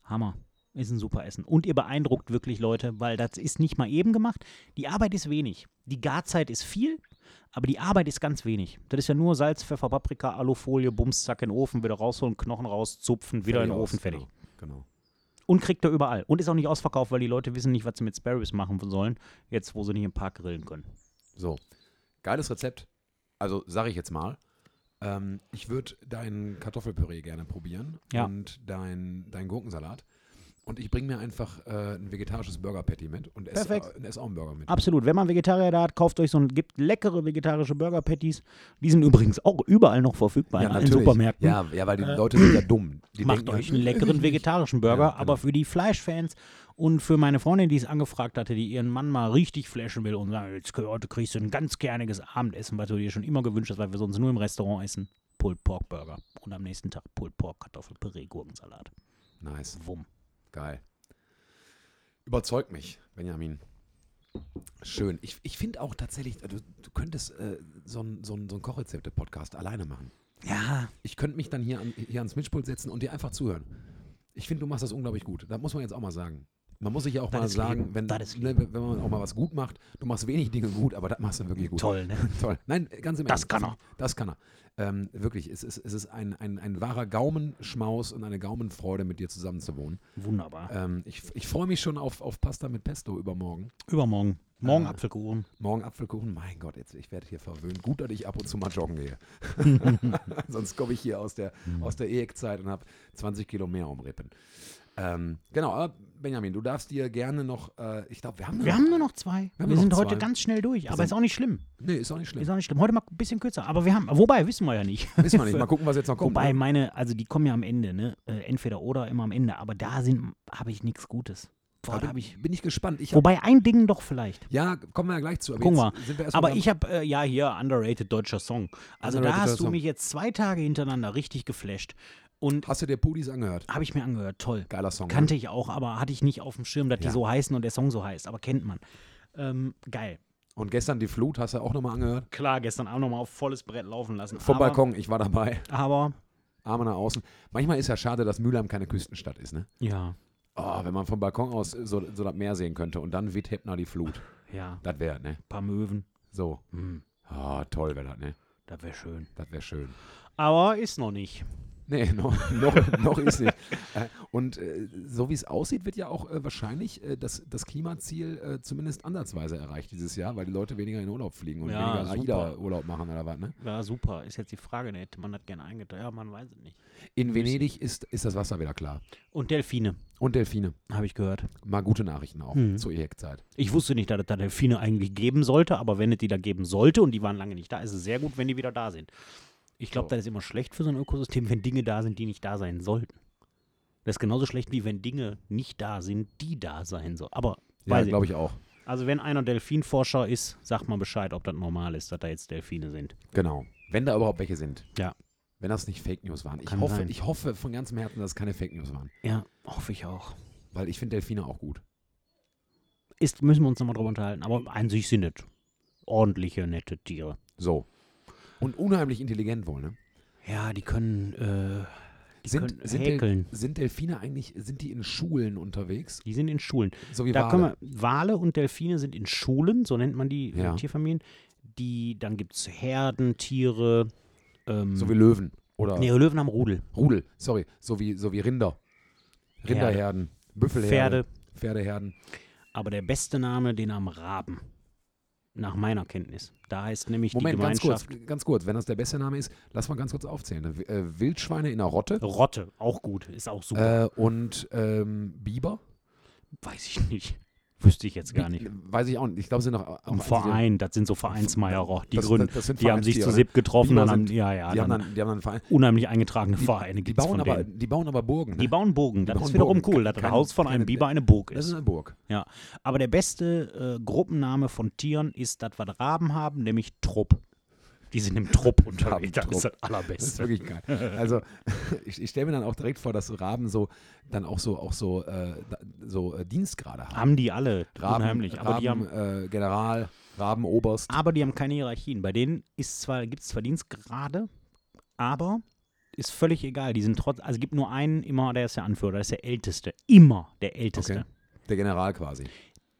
Hammer. Ist ein super Essen. Und ihr beeindruckt wirklich Leute, weil das ist nicht mal eben gemacht. Die Arbeit ist wenig. Die Garzeit ist viel, aber die Arbeit ist ganz wenig. Das ist ja nur Salz, Pfeffer, Paprika, Alufolie, Bums, zack, in den Ofen, wieder rausholen, Knochen raus, zupfen, wieder in den
Fertig
Ofen,
aus,
fertig.
Genau. genau.
Und kriegt er überall. Und ist auch nicht ausverkauft, weil die Leute wissen nicht, was sie mit Sparrows machen sollen, jetzt wo sie nicht im Park grillen können.
So. Geiles Rezept. Also, sage ich jetzt mal. Ähm, ich würde dein Kartoffelpüree gerne probieren
Ja.
und dein, dein Gurkensalat. Und ich bringe mir einfach äh, ein vegetarisches Burger-Patty mit und esse
Perfekt.
äh, ess auch einen Burger mit.
Absolut. Wenn man Vegetarier da hat, kauft euch so ein, gibt leckere vegetarische Burger Patties. Die sind übrigens auch überall noch verfügbar in allen
natürlich.
Supermärkten. Äh.
Ja, ja, weil die Leute sind ja dumm. Die
Macht
denken,
euch einen leckeren vegetarischen Burger,
Ja, genau.
aber für die Fleischfans und für meine Freundin, die es angefragt hatte, die ihren Mann mal richtig flashen will und sagt, jetzt heute kriegst du ein ganz kerniges Abendessen, was du dir schon immer gewünscht hast, weil wir sonst nur im Restaurant essen. Pulled Pork Burger und am nächsten Tag Pulled Pork Kartoffelpüree Gurkensalat.
Nice.
Wumm.
Geil. Überzeugt mich, Benjamin. Schön. Ich, ich finde auch tatsächlich, du, du könntest äh, so einen so ein- so ein Kochrezepte-Podcast alleine machen.
Ja,
Ich könnte mich dann hier, an, hier ans Mischpult setzen und dir einfach zuhören. Ich finde, du machst das unglaublich gut. Das muss man jetzt auch mal sagen. Man muss sich ja auch
Das
mal
ist
sagen,
Leben.
wenn,
Das ist
ne, wenn man auch mal was gut macht. Du machst wenig Dinge gut, aber das machst du wirklich gut.
toll, ne?
Toll. Nein, ganz im
Das
Ernst.
kann er.
Das kann er. Ähm, wirklich, es ist, es ist ein, ein, ein wahrer Gaumenschmaus und eine Gaumenfreude, mit dir zusammen zu wohnen.
Wunderbar.
Ähm, ich ich freue mich schon auf, auf Pasta mit Pesto übermorgen.
Übermorgen. Morgen
Äh,
Apfelkuchen.
Morgen Apfelkuchen. Mein Gott, jetzt, ich werde hier verwöhnt. Gut, dass ich ab und zu mal joggen gehe. Sonst komme ich hier aus der, aus der Ehekzeit und habe 20 Kilo mehr umrippen. Ähm, genau, aber Benjamin, du darfst dir gerne noch, äh, ich glaube, wir haben
Wir haben nur noch zwei.
Wir haben
Wir,
noch
sind
zwei.
heute ganz schnell durch, aber
sind-
ist auch nicht schlimm.
Nee, ist auch nicht schlimm.
Ist auch nicht schlimm. Heute mal ein bisschen kürzer, aber wir haben. Wobei, wissen wir ja nicht.
Wissen wir nicht. Mal gucken, was jetzt noch kommt.
Wobei
ne?
meine, also die kommen ja am Ende, ne? Äh, entweder oder immer am Ende, aber da sind habe ich nichts Gutes.
Da
Boah, da
bin,
hab ich.
bin ich gespannt. Ich hab,
Wobei ein Ding doch vielleicht.
ja, kommen wir ja gleich zu. Aber
Gucken
jetzt
wir.
Sind wir erst mal
Aber
beim-
ich habe äh, ja hier underrated deutscher Song. Also
Underrated
da
deutscher
hast du
Song.
mich jetzt zwei Tage hintereinander richtig geflasht und
Hast du dir Pudis angehört?
habe ich mir angehört. Toll.
Geiler Song. ne?
Kannte ich auch, aber hatte ich nicht auf dem Schirm, dass
Ja.
die so heißen und der Song so heißt. Aber kennt man. Ähm, geil.
ne? Und gestern die Flut hast du auch nochmal angehört?
Klar, gestern Abend nochmal auf volles Brett laufen lassen.
Vom
aber,
Balkon, ich war dabei.
Aber
Arme nach außen. Manchmal ist ja schade, dass Mülheim keine Küstenstadt ist, ne?
ja,
Oh, wenn man vom Balkon aus so, so das Meer sehen könnte und dann weht Heppner die Flut.
ja,
Das wäre, ne?
paar Möwen.
So.
Hm,
Oh, toll wäre das, ne?
das wäre schön.
Das wäre schön.
Aber ist noch nicht.
Nee, noch, noch, noch ist nicht. Äh, Und äh, so wie es aussieht, wird ja auch äh, wahrscheinlich äh, das, das Klimaziel äh, zumindest ansatzweise erreicht dieses Jahr, weil die Leute weniger in Urlaub fliegen und
Ja,
weniger
super.
AIDA-Urlaub machen oder was, ne?
Ja, super. Ist jetzt die Frage, ne? hätte man das gerne eingeteilt? Ja, man weiß es nicht.
In Venedig ist, ist das Wasser wieder klar.
Und Delfine,
Und Delfine.
habe ich gehört.
Mal gute Nachrichten auch
Mhm.
zur Ehekzeit.
Ich wusste nicht, dass es da Delfine eigentlich geben sollte, aber wenn es die da geben sollte und die waren lange nicht da, ist es sehr gut, wenn die wieder da sind. Ich glaube,
So.
das ist immer schlecht für so ein Ökosystem, wenn Dinge da sind, die nicht da sein sollten. Das ist genauso schlecht, wie wenn Dinge nicht da sind, die da sein sollen. Aber
Ja,
weiß ich.
glaube ich auch.
nicht. Also wenn einer Delfinforscher ist, sag mal Bescheid, ob das normal ist, dass da jetzt Delfine sind.
Genau. Wenn da überhaupt welche sind.
Ja.
Wenn das nicht Fake News waren. Ich
Kann
hoffe,
sein.
ich hoffe von ganzem Herzen, dass es keine Fake News waren.
Ja, hoffe ich auch.
Weil ich finde Delfine auch gut.
Ist, müssen wir uns nochmal drüber unterhalten. Aber an sich sind es ordentliche, nette Tiere.
So. Und unheimlich intelligent wohl, ne?
Ja, die können, äh, die
Sind,
können
sind, Del
häkeln.
sind Delfine eigentlich, sind die in Schulen unterwegs?
Die sind in Schulen.
So wie
da
Wale.
können wir, Wale und Delfine sind in Schulen, so nennt man die äh,
Ja.
Tierfamilien. Die, dann gibt es Herdentiere. Ähm,
so wie Löwen oder
nee, Löwen haben Rudel.
Rudel, sorry, so wie, so wie Rinder.
Herde.
Rinderherden, Büffelherde,
Pferde.
Pferdeherden.
Aber der beste Name, den haben Raben. Nach meiner Kenntnis. Da heißt nämlich
Moment,
die
ganz kurz,
Gemeinschaft
ganz kurz, wenn das der beste Name ist, lass mal ganz kurz aufzählen. ne? W- Äh, Wildschweine in der Rotte
Rotte. Auch gut. Ist auch super.
äh, und ähm, Biber.
Weiß ich nicht. Wüsste ich jetzt gar
Bi-
nicht.
Weiß ich auch nicht. Ich glaube, sie sind noch äh, also
Ein Verein, das sind so Vereinsmeierer, die
Das-
Gründen.
das- das sind
die haben sich zu
Vereinstiere,
SIP getroffen,
Biber
dann haben,
sind-
ja, ja,
Die haben,
dann,
dann, die haben dann einen Verein.
unheimlich eingetragene Vereine
Die
gibt's
bauen,
von
aber,
denen.
die bauen aber Burgen.
Die
ne?
bauen Bogen, das
bauen
ist wiederum
Burgen.
cool, dass das
Keine-
Haus von
keine-
einem Biber eine Burg
das
ist.
ist eine Burg.
Ja. Aber der beste äh, Gruppenname von Tieren ist das, was Raben haben, nämlich Trupp. Die sind im Trupp unterwegs, das ist
Trupp.
das
Das ist
allerbeste.
wirklich geil. Also ich, ich stelle mir dann auch direkt vor, dass Raben so dann auch so auch so, äh, da- so äh, Dienstgrade haben.
Haben die alle,
Raben,
Ah, unheimlich. Aber,
Raben
die haben, Ah,
äh, General, Rabenoberst.
aber die haben keine Hierarchien. Bei denen ist zwar, gibt es zwar Dienstgrade, aber ist völlig egal. Die sind trotz, also es gibt nur einen immer, der ist der Anführer, der ist der Älteste. Immer der Älteste.
Okay. Der General quasi.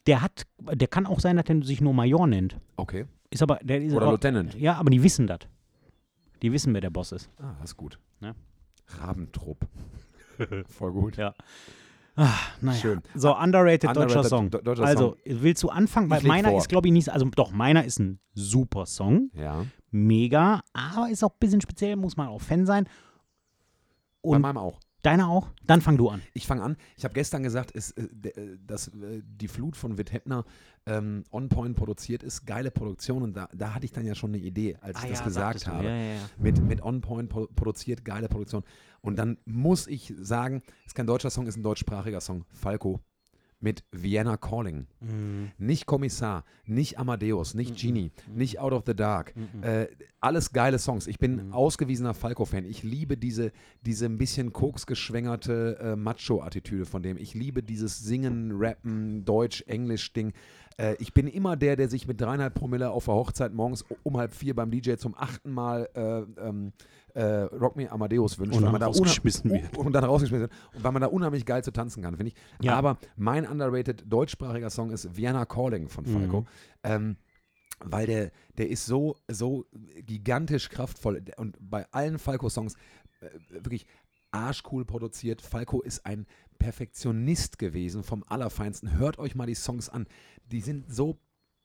Der hat, der kann auch sein, dass der sich nur Major nennt.
Okay.
Ist aber, der ist
Oder
aber,
Lieutenant.
Ja, aber die wissen das. Die wissen, wer der Boss ist.
Ah, das ist gut.
Ne?
Rabentrupp. Voll gut.
Ja. Naja.
Schön.
So, underrated, deutscher
Underrated
Song.
de- deutscher
also, willst du anfangen? Weil
Ich leg
meiner
vor.
ist, glaube ich, nicht. Also, doch, meiner ist ein super Song.
Ja.
Mega. Aber ist auch ein bisschen speziell. Muss man auch Fan sein.
Bei
Und
meinem auch.
deiner auch? Dann fang du an.
Ich fange an. Ich habe gestern gesagt, es, äh, de- äh, dass äh, die Flut von Witt Heppner ähm, on point produziert ist. Geile Produktion. Und da, da hatte ich dann ja schon eine Idee, als ich das gesagt habe.
Ah Ja, ja, ja.
mit, mit On Point pro produziert, geile Produktion. Und dann muss ich sagen, ist kein deutscher Song, ist ein deutschsprachiger Song. Falco mit Vienna Calling.
Mhm.
Nicht Kommissar, nicht Amadeus, nicht Genie, nicht
mhm.
Out of the Dark. Äh, alles geile Songs. Ich bin ausgewiesener Falco-Fan. Ich liebe diese, diese ein bisschen koksgeschwängerte äh, Macho-Attitüde von dem. Ich liebe dieses Singen, Rappen, Deutsch, Englisch-Ding. Äh, ich bin immer der, der sich mit dreieinhalb Promille auf der Hochzeit morgens um halb vier beim DJ zum achten Mal äh, ähm, äh, Rock Me Amadeus wünscht.
Und
weil
dann
man da unheim-
rausgeschmissen wird.
und dann rausgeschmissen wird. Und weil man da unheimlich geil zu tanzen kann, finde ich.
Ja.
Aber mein underrated deutschsprachiger Song ist Vienna Calling von
Mhm.
Falco. Ähm, weil der, der ist so, so gigantisch kraftvoll. Und bei allen Falco-Songs äh, wirklich arschcool produziert. Falco ist ein Perfektionist gewesen vom Allerfeinsten. Hört euch mal die Songs an. Die sind so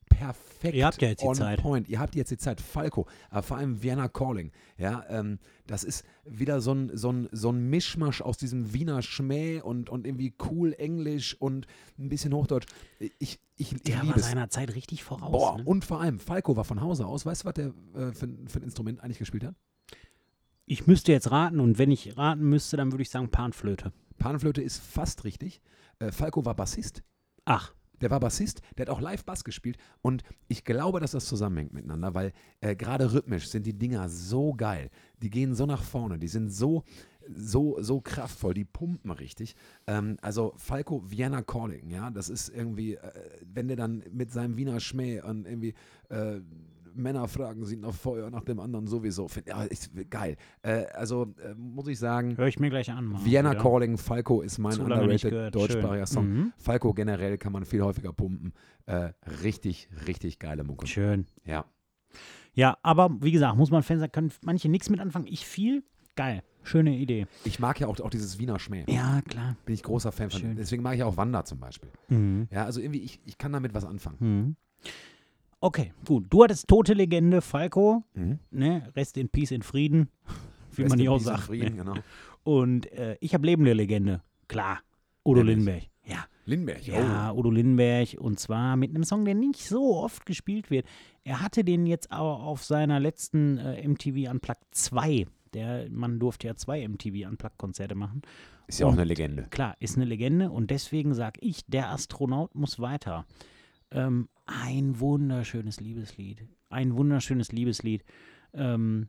perfekt.
Ihr habt ja jetzt die
on
Zeit.
Point. Ihr habt jetzt die Zeit. Falco, aber vor allem Vienna Calling. Ja, ähm, das ist wieder so ein, so, ein, so ein Mischmasch aus diesem Wiener Schmäh und, und irgendwie cool Englisch und ein bisschen Hochdeutsch. Ich, ich, ich
Der
liebe
war
es.
seiner Zeit richtig voraus.
Boah,
ne?
und vor allem, Falco war von Hause aus. Weißt du, was der äh, für, ein- für ein Instrument eigentlich gespielt hat?
Ich müsste jetzt raten und wenn ich raten müsste, dann würde ich sagen Panflöte.
Panflöte ist fast richtig. Äh, Falco war Bassist.
Ach,
Der war Bassist, der hat auch live Bass gespielt. Und ich glaube, dass das zusammenhängt miteinander, weil äh, gerade rhythmisch sind die Dinger so geil. Die gehen so nach vorne, die sind so, so, so kraftvoll, die pumpen richtig. Ähm, also Falco Vienna Calling, ja, das ist irgendwie, äh, wenn der dann mit seinem Wiener Schmäh und irgendwie äh, Männer fragen sie nach Feuer, nach dem anderen sowieso. Find, ja, ist geil. Äh, also äh, muss ich sagen,
höre ich mir gleich an. mal
Vienna
wieder.
Calling, Falco ist mein
Zu lange nicht
underrated
gehört,
deutschsprachiger
schön.
Song.
Mhm.
Falco generell kann man viel häufiger pumpen. Äh, richtig, richtig geile Mucke.
Schön.
Ja.
Ja, aber wie gesagt, muss man Fan sein, können manche nichts mit anfangen. Ich viel. Geil. Schöne Idee.
Ich mag ja auch, auch dieses Wiener Schmäh.
Ja, klar.
Bin ich großer Fan von.
Schön.
Deswegen mag ich ja auch Wanda zum Beispiel.
Mhm.
Ja, also irgendwie, ich, ich kann damit was anfangen.
Mhm. Okay, gut. Du hattest tote Legende, Falco.
Mhm.
Ne? Rest in Peace, in Frieden. Wie
Rest
man
in
hier auch
peace and
sagt.
Frieden,
Ne?
genau.
Und äh, ich habe lebende Legende. Klar. Udo
Nämlich.
Lindenberg. Ja.
Lindbergh.
Ja, Udo Lindenberg und zwar mit einem Song, der nicht so oft gespielt wird. Er hatte den jetzt aber auf seiner letzten äh, MTV Unplugged 2. Der, man durfte ja zwei MTV Unplugged Konzerte machen.
Oh, ist ja auch eine Legende.
Klar, ist eine Legende und deswegen sage ich, der Astronaut muss weiter. Ähm, ein wunderschönes Liebeslied. Ein wunderschönes Liebeslied. Ähm,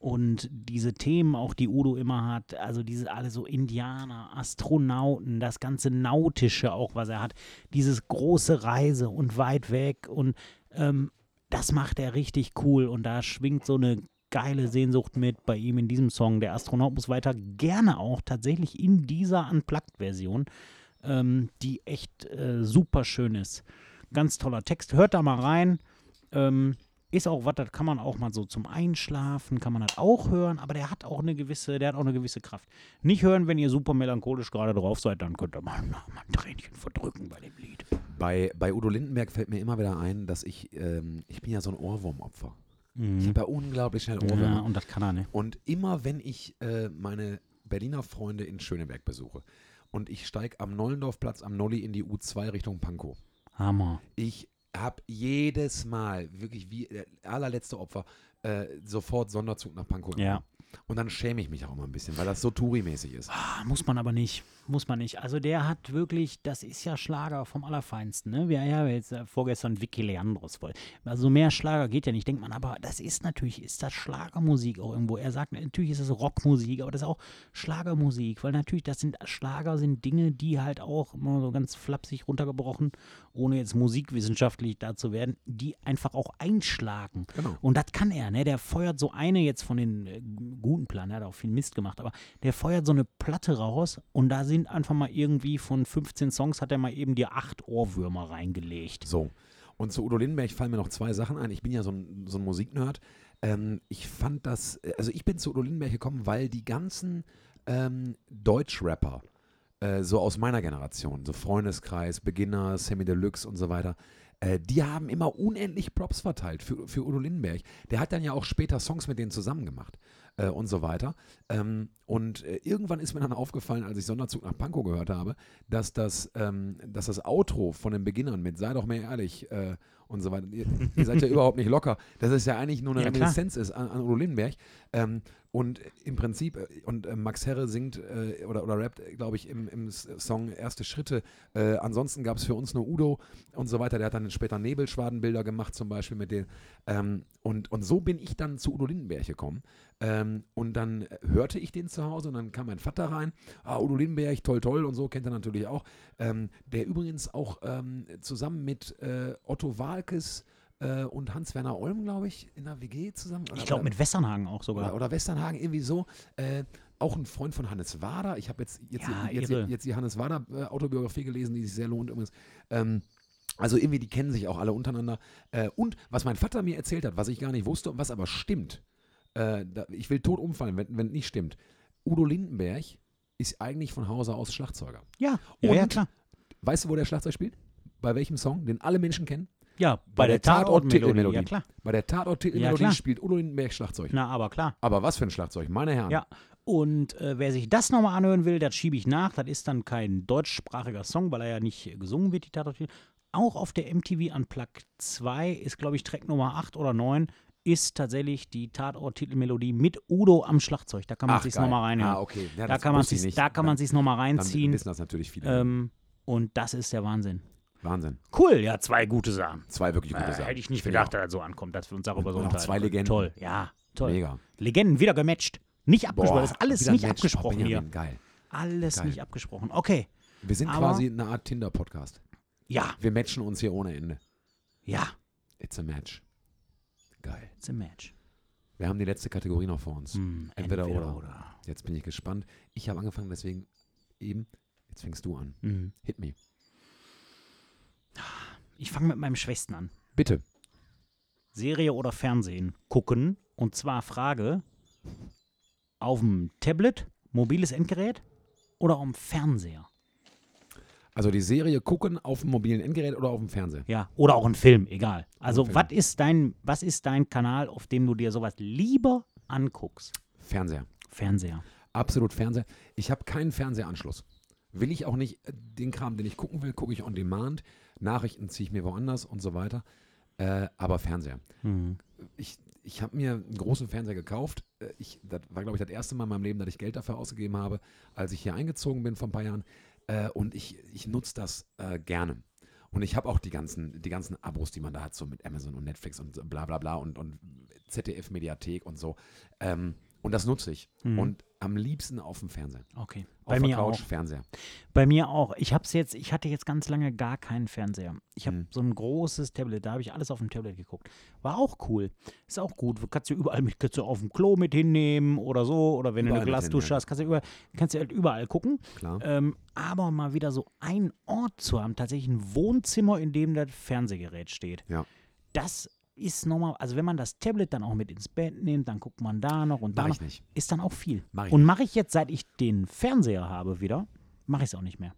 und diese Themen, auch die Udo immer hat, also diese alle so Indianer, Astronauten, das ganze Nautische auch, was er hat, dieses große Reise und weit weg und ähm, das macht er richtig cool und da schwingt so eine geile Sehnsucht mit bei ihm in diesem Song. Der Astronaut muss weiter gerne auch tatsächlich in dieser Unplugged-Version, ähm, die echt äh, super schön ist. Ganz toller Text, hört da mal rein. Ähm, ist auch was, das kann man auch mal so zum Einschlafen, kann man das auch hören, aber der hat auch eine gewisse, der hat auch eine gewisse Kraft. Nicht hören, wenn ihr super melancholisch gerade drauf seid, dann könnt ihr mal, mal ein Tränchen verdrücken bei dem Lied.
Bei, bei Udo Lindenberg fällt mir immer wieder ein, dass ich, ähm, ich bin ja so ein Ohrwurmopfer. Ich
Mhm.
habe ja unglaublich schnell Ohrwürmer.
Ja, und das kann er, ne?
Und immer wenn ich äh, meine Berliner Freunde in Schöneberg besuche und ich steige am Nollendorfplatz am Nolli in die U2 Richtung Pankow,
Hammer.
ich habe jedes Mal, wirklich wie der allerletzte Opfer, äh, sofort Sonderzug nach Pankow.
Ja.
Und dann schäme ich mich auch immer ein bisschen, weil das so Touri-mäßig ist.
Ah, Muss man aber nicht. Muss man nicht. Also der hat wirklich, das ist ja Schlager vom Allerfeinsten. Ne? Wir haben ja jetzt äh, vorgestern Vicky Leandros voll. Also mehr Schlager geht ja nicht, denkt man. Aber das ist natürlich, ist das Schlagermusik auch irgendwo. Er sagt, natürlich ist es Rockmusik, aber das ist auch Schlagermusik. Weil natürlich, das sind Schlager, sind Dinge, die halt auch immer so ganz flapsig runtergebrochen, ohne jetzt musikwissenschaftlich da zu werden, die einfach auch einschlagen.
Genau.
Und das kann er, ne? Der feuert so eine jetzt von den äh, guten Planen, er hat auch viel Mist gemacht, aber der feuert so eine Platte raus und da sind einfach mal irgendwie von 15 Songs hat er mal eben die acht Ohrwürmer reingelegt.
So. Und zu Udo Lindenberg fallen mir noch zwei Sachen ein. Ich bin ja so ein, so ein Musiknerd. Ähm, ich fand das, also ich bin zu Udo Lindenberg gekommen, weil die ganzen ähm, Deutschrapper, äh, so aus meiner Generation, so Freundeskreis, Beginner, Sammy Deluxe und so weiter, äh, die haben immer unendlich Props verteilt für, für Udo Lindenberg. Der hat dann ja auch später Songs mit denen zusammen gemacht äh, und so weiter. Ähm, und äh, irgendwann ist mir dann aufgefallen, als ich Sonderzug nach Pankow gehört habe, dass das, ähm, dass das Outro von den Beginnern mit Sei doch mehr ehrlich äh, und so weiter, ihr, ihr seid ja überhaupt nicht locker, dass es ja eigentlich nur eine
Ja, klar.
Reminiszenz ist an, an Udo Lindenberg. Ähm, und im Prinzip, äh, und äh, Max Herre singt äh, oder, oder rappt, glaube ich, im, im S- Song Erste Schritte. Äh, ansonsten gab es für uns nur Udo und so weiter. Der hat dann später Nebelschwadenbilder gemacht, zum Beispiel mit denen. Ähm, und, und so bin ich dann zu Udo Lindenberg gekommen. Ähm, und dann äh, hörte ich den zu Hause und dann kam mein Vater rein. Ah, Udo Lindenberg, toll, toll und so, kennt er natürlich auch. Ähm, der übrigens auch ähm, zusammen mit äh, Otto Walkes äh, und Hans-Werner Olm, glaube ich, in der WG zusammen. oder-
Ich glaube
oder-
mit Westernhagen auch
oder,
sogar.
oder Westernhagen, irgendwie so. Äh, auch ein Freund von Hannes Wader. Ich habe jetzt, jetzt,
Ja,
jetzt,
irre.
jetzt, die Hannes Wader äh, Autobiografie gelesen, die sich sehr lohnt übrigens. Ähm, also irgendwie, die kennen sich auch alle untereinander. Äh, und was mein Vater mir erzählt hat, was ich gar nicht wusste und was aber stimmt, äh, da, ich will tot umfallen, wenn wenn es nicht stimmt. Udo Lindenberg ist eigentlich von Hause aus Schlagzeuger.
Ja, ja, ja
Und-
klar.
Weißt du, wo der Schlagzeug spielt? Bei welchem Song, den alle Menschen kennen?
Ja, bei, der, Tatortmelodie. Ja, klar.
Bei der
Ja,
Tatort-Titelmelodie
klar.
spielt Udo Lindenberg Schlagzeug.
Na, aber klar.
Aber was für ein Schlagzeug, meine Herren.
Ja. Und äh, wer sich das nochmal anhören will, das schiebe ich nach. Das ist dann kein deutschsprachiger Song, weil er ja nicht äh, gesungen wird, die Tatort. Auch auf der MTV Unplugged 2 ist, glaube ich, Track Nummer 8 oder 9, ist tatsächlich die Tatort-Titelmelodie mit Udo am Schlagzeug. Da kann man
Ach,
sich's
geil.
nochmal reinhören.
Ah, okay. Ja,
da,
das
kann man
wusste ich
sich's,
nicht.
da kann man
Dann-
sich's nochmal
Dann
reinziehen.
wissen das natürlich viele.
Ähm, und das ist der Wahnsinn.
Wahnsinn.
Cool, ja, zwei gute Sachen.
Zwei wirklich gute
Äh,
Sachen.
hätte ich nicht
Finde
gedacht, dass das so ankommt, dass wir uns darüber so
Und auch
unterhalten.
zwei
können.
Legenden.
Toll, ja,
auch.
toll.
Mega.
Legenden wieder gematcht. Nicht abgesprochen,
Boah,
das ist alles
wieder ein
nicht
Match.
abgesprochen
oh,
hier.
Benjamin, Geil.
Alles
Geil.
nicht abgesprochen. Okay.
Wir sind
Aber-
quasi eine Art Tinder-Podcast.
Ja,
Wir matchen uns hier ohne Ende.
ja.
It's a match. Geil.
It's a match.
Wir haben die letzte Kategorie noch vor uns.
Hm,
Entweder oder. Jetzt bin ich gespannt. Ich habe angefangen, deswegen eben. Jetzt fängst du an.
Hm.
Hit me.
Ich fange mit meinem Schwächsten an.
Bitte.
Serie oder Fernsehen gucken. Und zwar Frage: Auf dem Tablet, mobiles Endgerät oder auf dem Fernseher?
Also die Serie gucken auf dem mobilen Endgerät oder auf dem Fernseher.
Ja, oder auch ein Film, egal. Also,
Film.
was ist dein, was ist dein Kanal, auf dem du dir sowas lieber anguckst?
Fernseher.
Fernseher.
Absolut Fernseher. Ich habe keinen Fernsehanschluss. Will ich auch nicht. äh, Den Kram, den ich gucken will, gucke ich on demand. Nachrichten ziehe ich mir woanders und so weiter. Äh, aber Fernseher.
Hm.
ich, ich habe mir einen großen Fernseher gekauft. Äh, Ich, das war, glaube ich, das erste Mal in meinem Leben, dass ich Geld dafür ausgegeben habe, als ich hier eingezogen bin vor ein paar Jahren. Äh, und ich, ich nutze das äh, gerne. Und ich habe auch die ganzen, die ganzen Abos, die man da hat, so mit Amazon und Netflix und so bla bla bla und, und ZDF-Mediathek und so. Ähm, und das nutze ich. Und am liebsten auf dem Fernseher.
Okay.
Auf
Bei
der
mir
Couch,
auch.
Fernseher.
Bei mir auch. Ich hab's jetzt, ich hatte jetzt ganz lange gar keinen Fernseher. Ich habe
Hm.
so ein großes Tablet, da habe ich alles auf dem Tablet geguckt. War auch cool. Ist auch gut. Kannst du überall mit, kannst du auf dem Klo mit hinnehmen oder so. Oder wenn du
Überall
eine
mit
Glasdusche
hinnehmen.
hast, kannst du, überall, kannst du halt überall gucken.
Klar.
Ähm, aber mal wieder so einen Ort zu haben, tatsächlich ein Wohnzimmer, in dem das Fernsehgerät steht.
Ja.
Das ist nochmal, also wenn man das Tablet dann auch mit ins Bett nimmt, dann guckt man da noch und da
Mach
noch,
ich nicht.
ist dann auch viel.
Mach ich
und mache ich jetzt, seit ich den Fernseher habe wieder, mache ich es auch nicht mehr.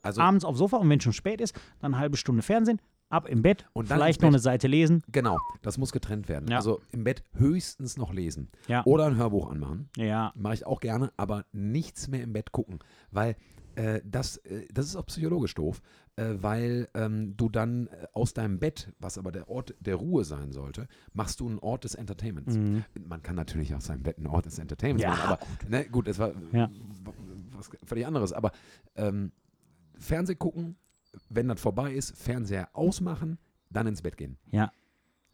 Also,
Abends aufs Sofa und wenn schon spät ist, dann eine halbe Stunde Fernsehen, ab im Bett,
Und dann
vielleicht
ins
noch
Bett.
eine Seite lesen.
genau, das muss getrennt werden.
Ja.
Also im Bett höchstens noch lesen.
Ja.
Oder ein Hörbuch anmachen.
Ja,
Mache ich auch gerne, aber nichts mehr im Bett gucken, weil äh, das, äh, das ist auch psychologisch doof, äh, weil ähm, du dann äh, aus deinem Bett, was aber der Ort der Ruhe sein sollte, machst du einen Ort des Entertainments. Man kann natürlich aus seinem Bett einen Ort des Entertainments
Ja,
machen, aber gut, ne, gut das war
Ja.
w- was völlig anderes, aber ähm, Fernseh gucken, wenn das vorbei ist, Fernseher ausmachen, dann ins Bett gehen.
ja,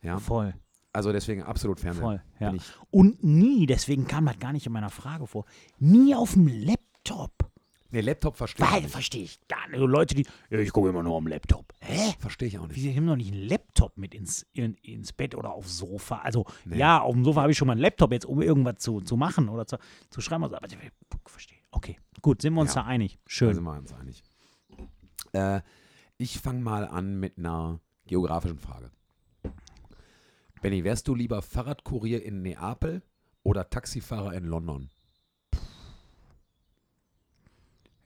Ja?
voll,
Also deswegen absolut Fernsehen.
voll. Ja.
Bin ich
Und nie, deswegen kam das gar nicht in meiner Frage vor, nie auf dem Laptop.
Nee, Laptop verstehe ich.
Weil,
nicht.
verstehe ich gar nicht. So Leute, die, ja, ich gucke immer nur am Laptop. Hä?
Verstehe ich auch nicht.
Wieso nehmen noch nicht einen Laptop mit ins, in, ins Bett oder aufs Sofa? Also, ja, auf dem Sofa habe ich schon mal einen Laptop jetzt, um irgendwas zu, zu machen oder zu, zu schreiben. Also, aber ich verstehe. Okay, gut, sind wir uns
Ja. Also
da einig.
Da
Schön.
sind wir uns einig. Äh, ich fange mal an mit einer geografischen Frage. Benny, wärst du lieber Fahrradkurier in Neapel oder Taxifahrer in London?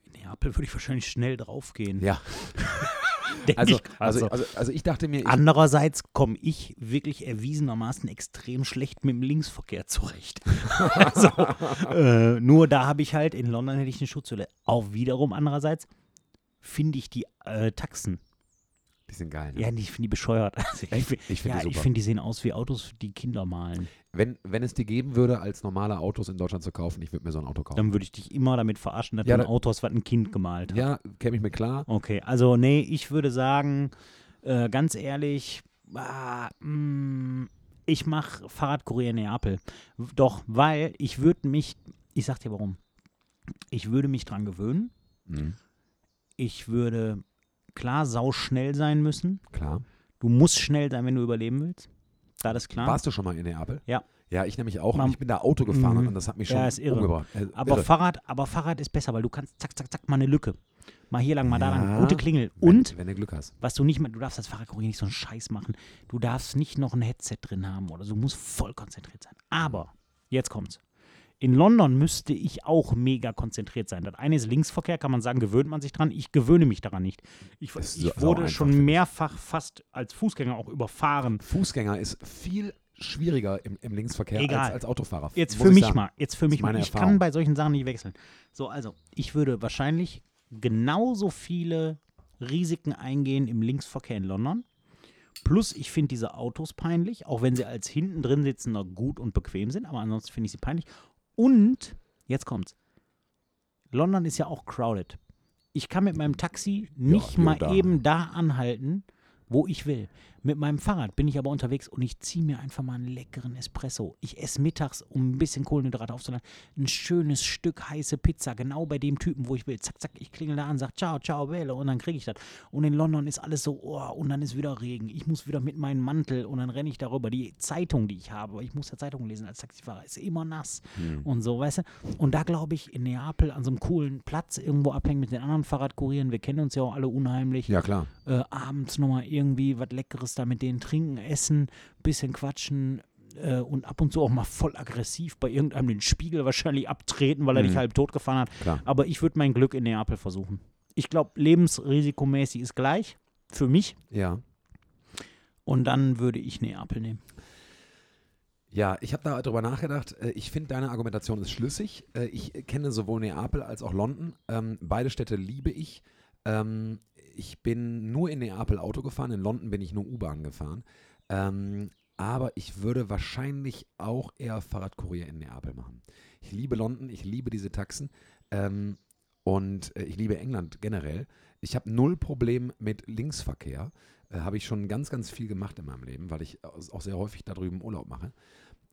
In Neapel würde ich wahrscheinlich schnell draufgehen.
Ja,
denk
also,
ich.
also,
Also,
also, also ich dachte mir, ich,
andererseits komme ich wirklich erwiesenermaßen extrem schlecht mit dem Linksverkehr zurecht. also, äh, nur da habe ich halt, in London hätte ich eine Schutzhülle. Auch wiederum andererseits finde ich die äh, Taxen
die sind geil. Ne?
Ja, nee, ich finde die bescheuert. Also ich
Echt?
find-
Ich finde
ja,
die
ich
super. Oh.
finde, die sehen aus wie Autos, die Kinder malen.
Wenn, wenn es die geben würde, als normale Autos in Deutschland zu kaufen, ich würde mir so ein Auto kaufen.
Dann würde ich dich immer damit verarschen, dass
Ja,
du ein
da-
Auto hast, was ein Kind gemalt hat.
Ja, käme ich mir klar.
Okay, also nee, ich würde sagen, äh, ganz ehrlich, ah, mm, ich mache Fahrradkurier in Neapel. W- Doch, weil ich würde mich, ich sag dir warum, ich würde mich dran gewöhnen.
Mhm,
Ich würde klar sauschnell sein müssen.
klar.
Du musst schnell sein, wenn du überleben willst. Da das klar.
Warst du schon mal in Neapel?
Ja.
Ja, ich nämlich auch.
Man-
ich bin da Auto gefahren
Mhm.
und das hat mich
Ja,
schon
ist irre.
umgebracht. Äh,
Aber
irre.
Fahrrad, aber Fahrrad ist besser, weil du kannst zack, zack, zack mal eine Lücke. Mal hier lang, mal da lang.
Ja.
Gute Klingel.
Wenn-
Und,
Wenn du Glück hast.
was du nicht mehr, du darfst als Fahrradkurier nicht so einen Scheiß machen. Du darfst nicht noch ein Headset drin haben oder so. Du musst voll konzentriert sein. Aber, jetzt kommt's. In London müsste ich auch mega konzentriert sein. Das eine ist Linksverkehr, kann man sagen, gewöhnt man sich dran. Ich gewöhne mich daran nicht. Ich,
Das ist
ich
sau- sau
wurde
einfach,
schon
finde ich.
mehrfach fast als Fußgänger auch überfahren.
Fußgänger ist viel schwieriger im, im Linksverkehr
Egal.
als, als Autofahrer.
Jetzt
muss
für
ich
mich
sagen.
mal. Jetzt für mich mal.
meine
Ich kann
Erfahrung.
bei solchen Sachen nicht wechseln. So, also, ich würde wahrscheinlich genauso viele Risiken eingehen im Linksverkehr in London. Plus, ich finde diese Autos peinlich, auch wenn sie als hinten drin sitzender gut und bequem sind, aber ansonsten finde ich sie peinlich. Und, jetzt kommt's. London ist ja auch crowded. Ich kann mit meinem Taxi nicht
hier und
mal
da.
eben da anhalten, wo ich will. Mit meinem Fahrrad bin ich aber unterwegs und ich ziehe mir einfach mal einen leckeren Espresso. Ich esse mittags, um ein bisschen Kohlenhydrate aufzuladen, ein schönes Stück heiße Pizza, genau bei dem Typen, wo ich will. Zack, zack, ich klingel da an, sag ciao, ciao, Belle und dann kriege ich das. Und in London ist alles so, oh, und dann ist wieder Regen. Ich muss wieder mit meinem Mantel und dann renne ich darüber. Die Zeitung, die ich habe, weil ich muss ja Zeitung lesen als Taxifahrer, ist immer nass und so, weißt du. Und da glaube ich, in Neapel an so einem coolen Platz irgendwo abhängen mit den anderen Fahrradkurieren, wir kennen uns ja auch alle unheimlich
Ja, klar.
äh, abends nochmal irgendwie was Leckeres da mit denen trinken, essen, bisschen quatschen äh, und ab und zu auch mal voll aggressiv bei irgendeinem den Spiegel wahrscheinlich abtreten, weil er
Mhm.
dich halb tot gefahren hat.
Klar.
Aber ich würde mein Glück in Neapel versuchen. Ich glaube, lebensrisikomäßig ist gleich für mich
Ja.
und dann würde ich Neapel nehmen.
Ja, ich habe da drüber nachgedacht. Äh, Ich finde, deine Argumentation ist schlüssig. Äh, Ich äh, kenne sowohl Neapel als auch London. Ähm, Beide Städte liebe ich. Ähm, Ich bin nur in Neapel Auto gefahren, in London bin ich nur U-Bahn gefahren. Ähm, Aber ich würde wahrscheinlich auch eher Fahrradkurier in Neapel machen. Ich liebe London, ich liebe diese Taxen ähm, und äh, ich liebe England generell. Ich habe null Problem mit Linksverkehr. Äh, habe ich schon ganz, ganz viel gemacht in meinem Leben, weil ich aus- auch sehr häufig da drüben Urlaub mache.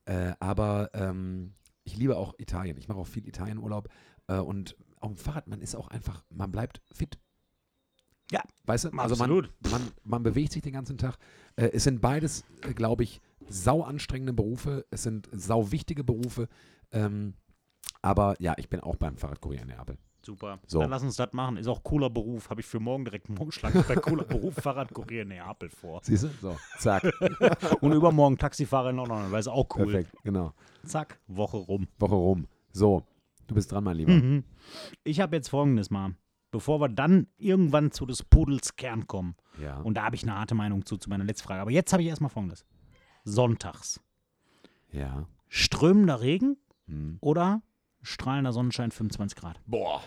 Äh, aber ähm, ich liebe auch Italien. Ich mache auch viel Italienurlaub. Äh, und auf dem Fahrrad, man ist auch einfach, man bleibt fit.
Ja,
Weißt du, also man,
absolut.
man, man bewegt sich den ganzen Tag. Äh, es sind beides, äh, glaube ich, sau anstrengende Berufe. Es sind sau wichtige Berufe. Ähm, aber ja, ich bin auch beim Fahrradkurier in Neapel.
Super.
So.
Dann lass uns das machen. Ist auch cooler Beruf. Habe ich für morgen direkt einen Morgenschlag. Ist Bei cooler Beruf Fahrradkurier Neapel vor.
Siehst du? So, zack,
Und übermorgen Taxifahrer in London. Weil ist auch cool.
perfekt, genau.
Zack, Woche rum.
Woche rum. So, du bist dran, mein
Hm.
Lieber.
Mhm. Ich habe jetzt folgendes mal. Bevor wir dann irgendwann zu des Pudels Kern kommen.
Ja.
Und da habe ich eine harte Meinung zu, zu meiner letzten Frage. Aber jetzt habe ich erstmal folgendes. Sonntags.
ja.
Strömender Regen
Hm.
oder strahlender Sonnenschein 25 Grad?
Boah.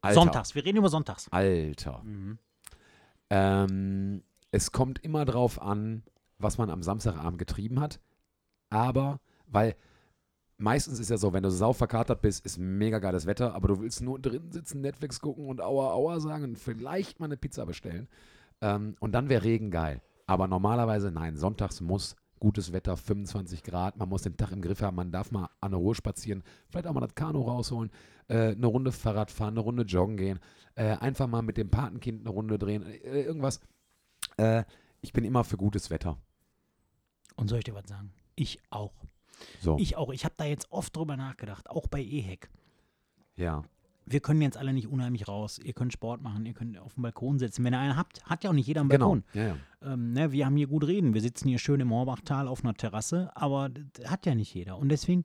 Alter.
Sonntags. Wir reden über Sonntags.
Alter. Ähm, es kommt immer drauf an, was man am Samstagabend getrieben hat. Aber, weil meistens ist ja so, wenn du sau verkatert bist, ist mega geiles Wetter, aber du willst nur drin sitzen, Netflix gucken und aua, aua sagen und vielleicht mal eine Pizza bestellen. Ähm, und dann wäre Regen geil. Aber normalerweise, nein, sonntags muss gutes Wetter, 25 Grad, man muss den Tag im Griff haben, man darf mal an der Ruhe spazieren, vielleicht auch mal das Kanu rausholen, äh, eine Runde Fahrrad fahren, eine Runde joggen gehen, äh, einfach mal mit dem Patenkind eine Runde drehen, äh, irgendwas. Äh, ich bin immer für gutes Wetter.
Und soll ich dir was sagen? Ich auch.
So,
Ich auch. Ich habe da jetzt oft drüber nachgedacht. Auch bei EHEC.
ja.
Wir können jetzt alle nicht unheimlich raus. Ihr könnt Sport machen. Ihr könnt auf dem Balkon sitzen. Wenn ihr einen habt, hat ja auch nicht jeder einen
Genau.
Balkon.
Ja, ja.
ähm, ne, wir haben hier gut reden. Wir sitzen hier schön im Horbachtal auf einer Terrasse, aber das hat ja nicht jeder. Und deswegen,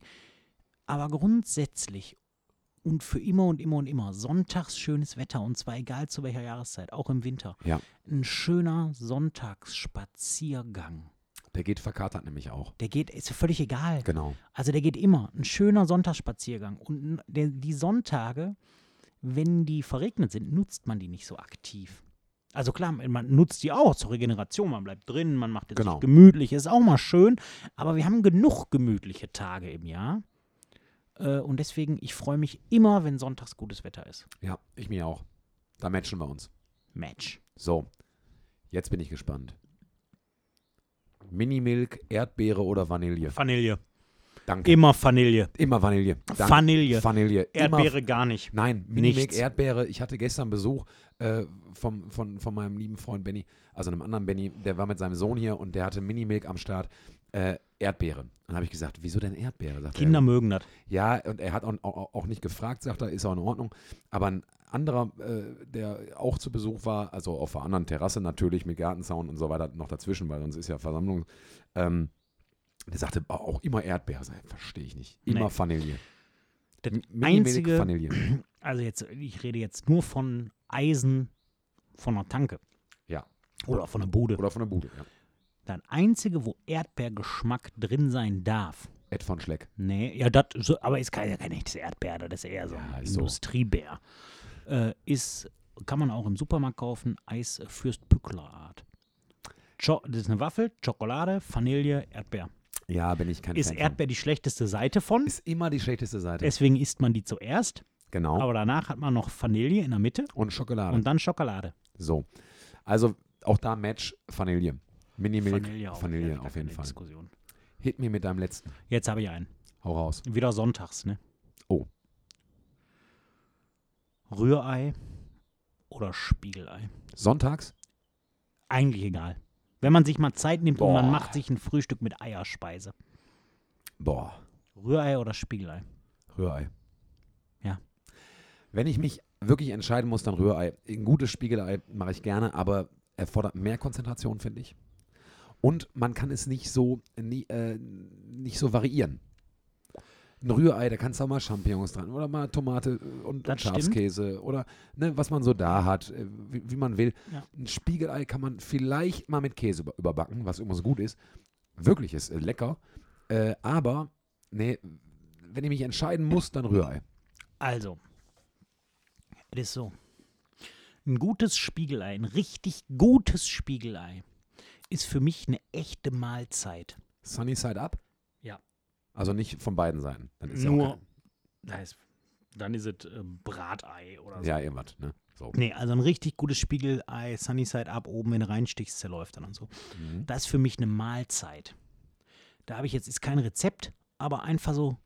aber grundsätzlich und für immer und immer und immer, sonntags schönes Wetter und zwar egal zu welcher Jahreszeit, auch im Winter.
Ja.
Ein schöner Sonntagsspaziergang.
Der geht verkatert nämlich auch.
Der geht, ist völlig egal.
Genau.
Also der geht immer. Ein schöner Sonntagsspaziergang. Und n- der, die Sonntage, wenn die verregnet sind, nutzt man die nicht so aktiv. Also klar, man nutzt die auch zur Regeneration. Man bleibt drin, man macht es
Genau.
sich gemütlich, ist auch mal schön. Aber wir haben genug gemütliche Tage im Jahr. Äh, Und deswegen, ich freue mich immer, wenn sonntags gutes Wetter ist.
Ja, ich mir auch. Da matchen wir uns.
Match.
So, jetzt bin ich gespannt. Minimilk, Erdbeere oder Vanille?
Vanille.
Danke.
Immer Vanille.
Immer Vanille. Danke.
Vanille.
Vanille. Immer
Erdbeere gar nicht.
Nein, Minimilk
Nichts.
Erdbeere. Ich hatte gestern Besuch äh, vom, von, von meinem lieben Freund Benny, also einem anderen Benny, der war mit seinem Sohn hier und der hatte Minimilk am Start. Äh, Erdbeere. Dann habe ich gesagt, wieso denn Erdbeere? Sagt
Kinder
er.
mögen das.
Ja, und er hat auch, auch, auch nicht gefragt, sagt er, ist auch in Ordnung. Aber ein anderer, äh, der auch zu Besuch war, also auf der anderen Terrasse natürlich mit Gartenzaun und so weiter noch dazwischen, weil sonst ist ja Versammlung. Ähm, Und er sagte au- auch immer Erdbeer. Sag ich, Verstehe ich nicht. Immer
Nee.
Vanille.
Das
M- mini wenig
einzige,
Vanille.
also jetzt, ich rede jetzt nur von Eisen von einer Tanke
Ja.
oder von einer Bude.
Oder von der Bude. Ja.
Das einzige, wo Erdbeergeschmack drin sein darf.
Ed von Schleck.
Nee, ja, das, so, aber ist kein, ja kein echtes Erdbeer, das ist eher so ein
Ja, ist so.
Industriebär. Äh, ist, kann man auch im Supermarkt kaufen, Eis Fürst Pückler Art. Cho das ist eine Waffel, Schokolade, Vanille, Erdbeer.
Ja, bin ich kein
Ist
Fan von.
Erdbeer die schlechteste Seite von?
Ist immer die schlechteste Seite.
Deswegen isst man die zuerst,
genau.
aber danach hat man noch Vanille in der Mitte
Und Schokolade.
und dann Schokolade.
so. Also auch da Match Vanille. Mini Milk Vanille,
auch, ja, gar
auf jeden
keine
Fall.
Diskussion.
Hit mir mit deinem letzten.
Jetzt habe ich einen.
Hau raus.
Wieder sonntags, ne?
Oh.
Rührei oder Spiegelei.
Sonntags?
Eigentlich egal. Wenn man sich mal Zeit nimmt und
Boah.
man macht sich ein Frühstück mit Eierspeise.
Boah.
Rührei oder Spiegelei.
Rührei.
Ja.
Wenn ich mich wirklich entscheiden muss, dann Rührei. Ein gutes Spiegelei mache ich gerne, aber erfordert mehr Konzentration, finde ich. Und man kann es nicht so, nie, äh, nicht so variieren. Ein Rührei, da kannst du auch mal Champignons dran oder mal Tomate und, und
Das stimmt.
Schafskäse oder ne, was man so da hat, äh, wie, wie man will.
Ja.
Ein Spiegelei kann man vielleicht mal mit Käse über- überbacken, was übrigens gut ist. Wirklich ist äh, lecker. Äh, aber, nee, wenn ich mich entscheiden muss, dann Rührei.
Also, es ist so. Ein gutes Spiegelei, ein richtig gutes Spiegelei ist für mich eine echte Mahlzeit.
Sunny Side Up?
Ja.
Also nicht von beiden Seiten. Dann ist ja, auch
Nur,
kein-
da ist, dann ist es ähm, Bratei oder so.
ja irgendwas. Ne? So.
Nee, also ein richtig gutes Spiegelei, Sunnyside ab, oben, wenn du reinstichst, zerläuft dann und so.
Mhm.
Das ist für mich eine Mahlzeit. Da habe ich jetzt, ist kein Rezept, aber einfach so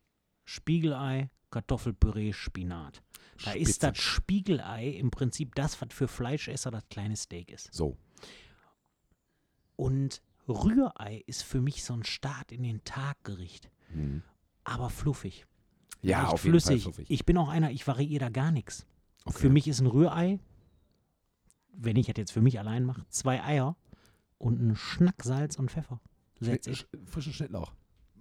Spiegelei, Kartoffelpüree, Spinat. Da ist
Spitze.
das Spiegelei im Prinzip das, was für Fleischesser das kleine Steak ist.
So.
Und Rührei ist für mich so ein Start in den Taggericht,
Mhm.
aber fluffig.
Ja,
leicht
auf jeden
flüssig.
Fall fluffig.
Ich bin auch einer, ich variiere da gar nichts.
Okay.
Für mich ist ein Rührei, wenn ich das jetzt für mich allein mache, zwei Eier und ein Schnack Salz und Pfeffer. That's it.
Sch- Frischen Schnittlauch.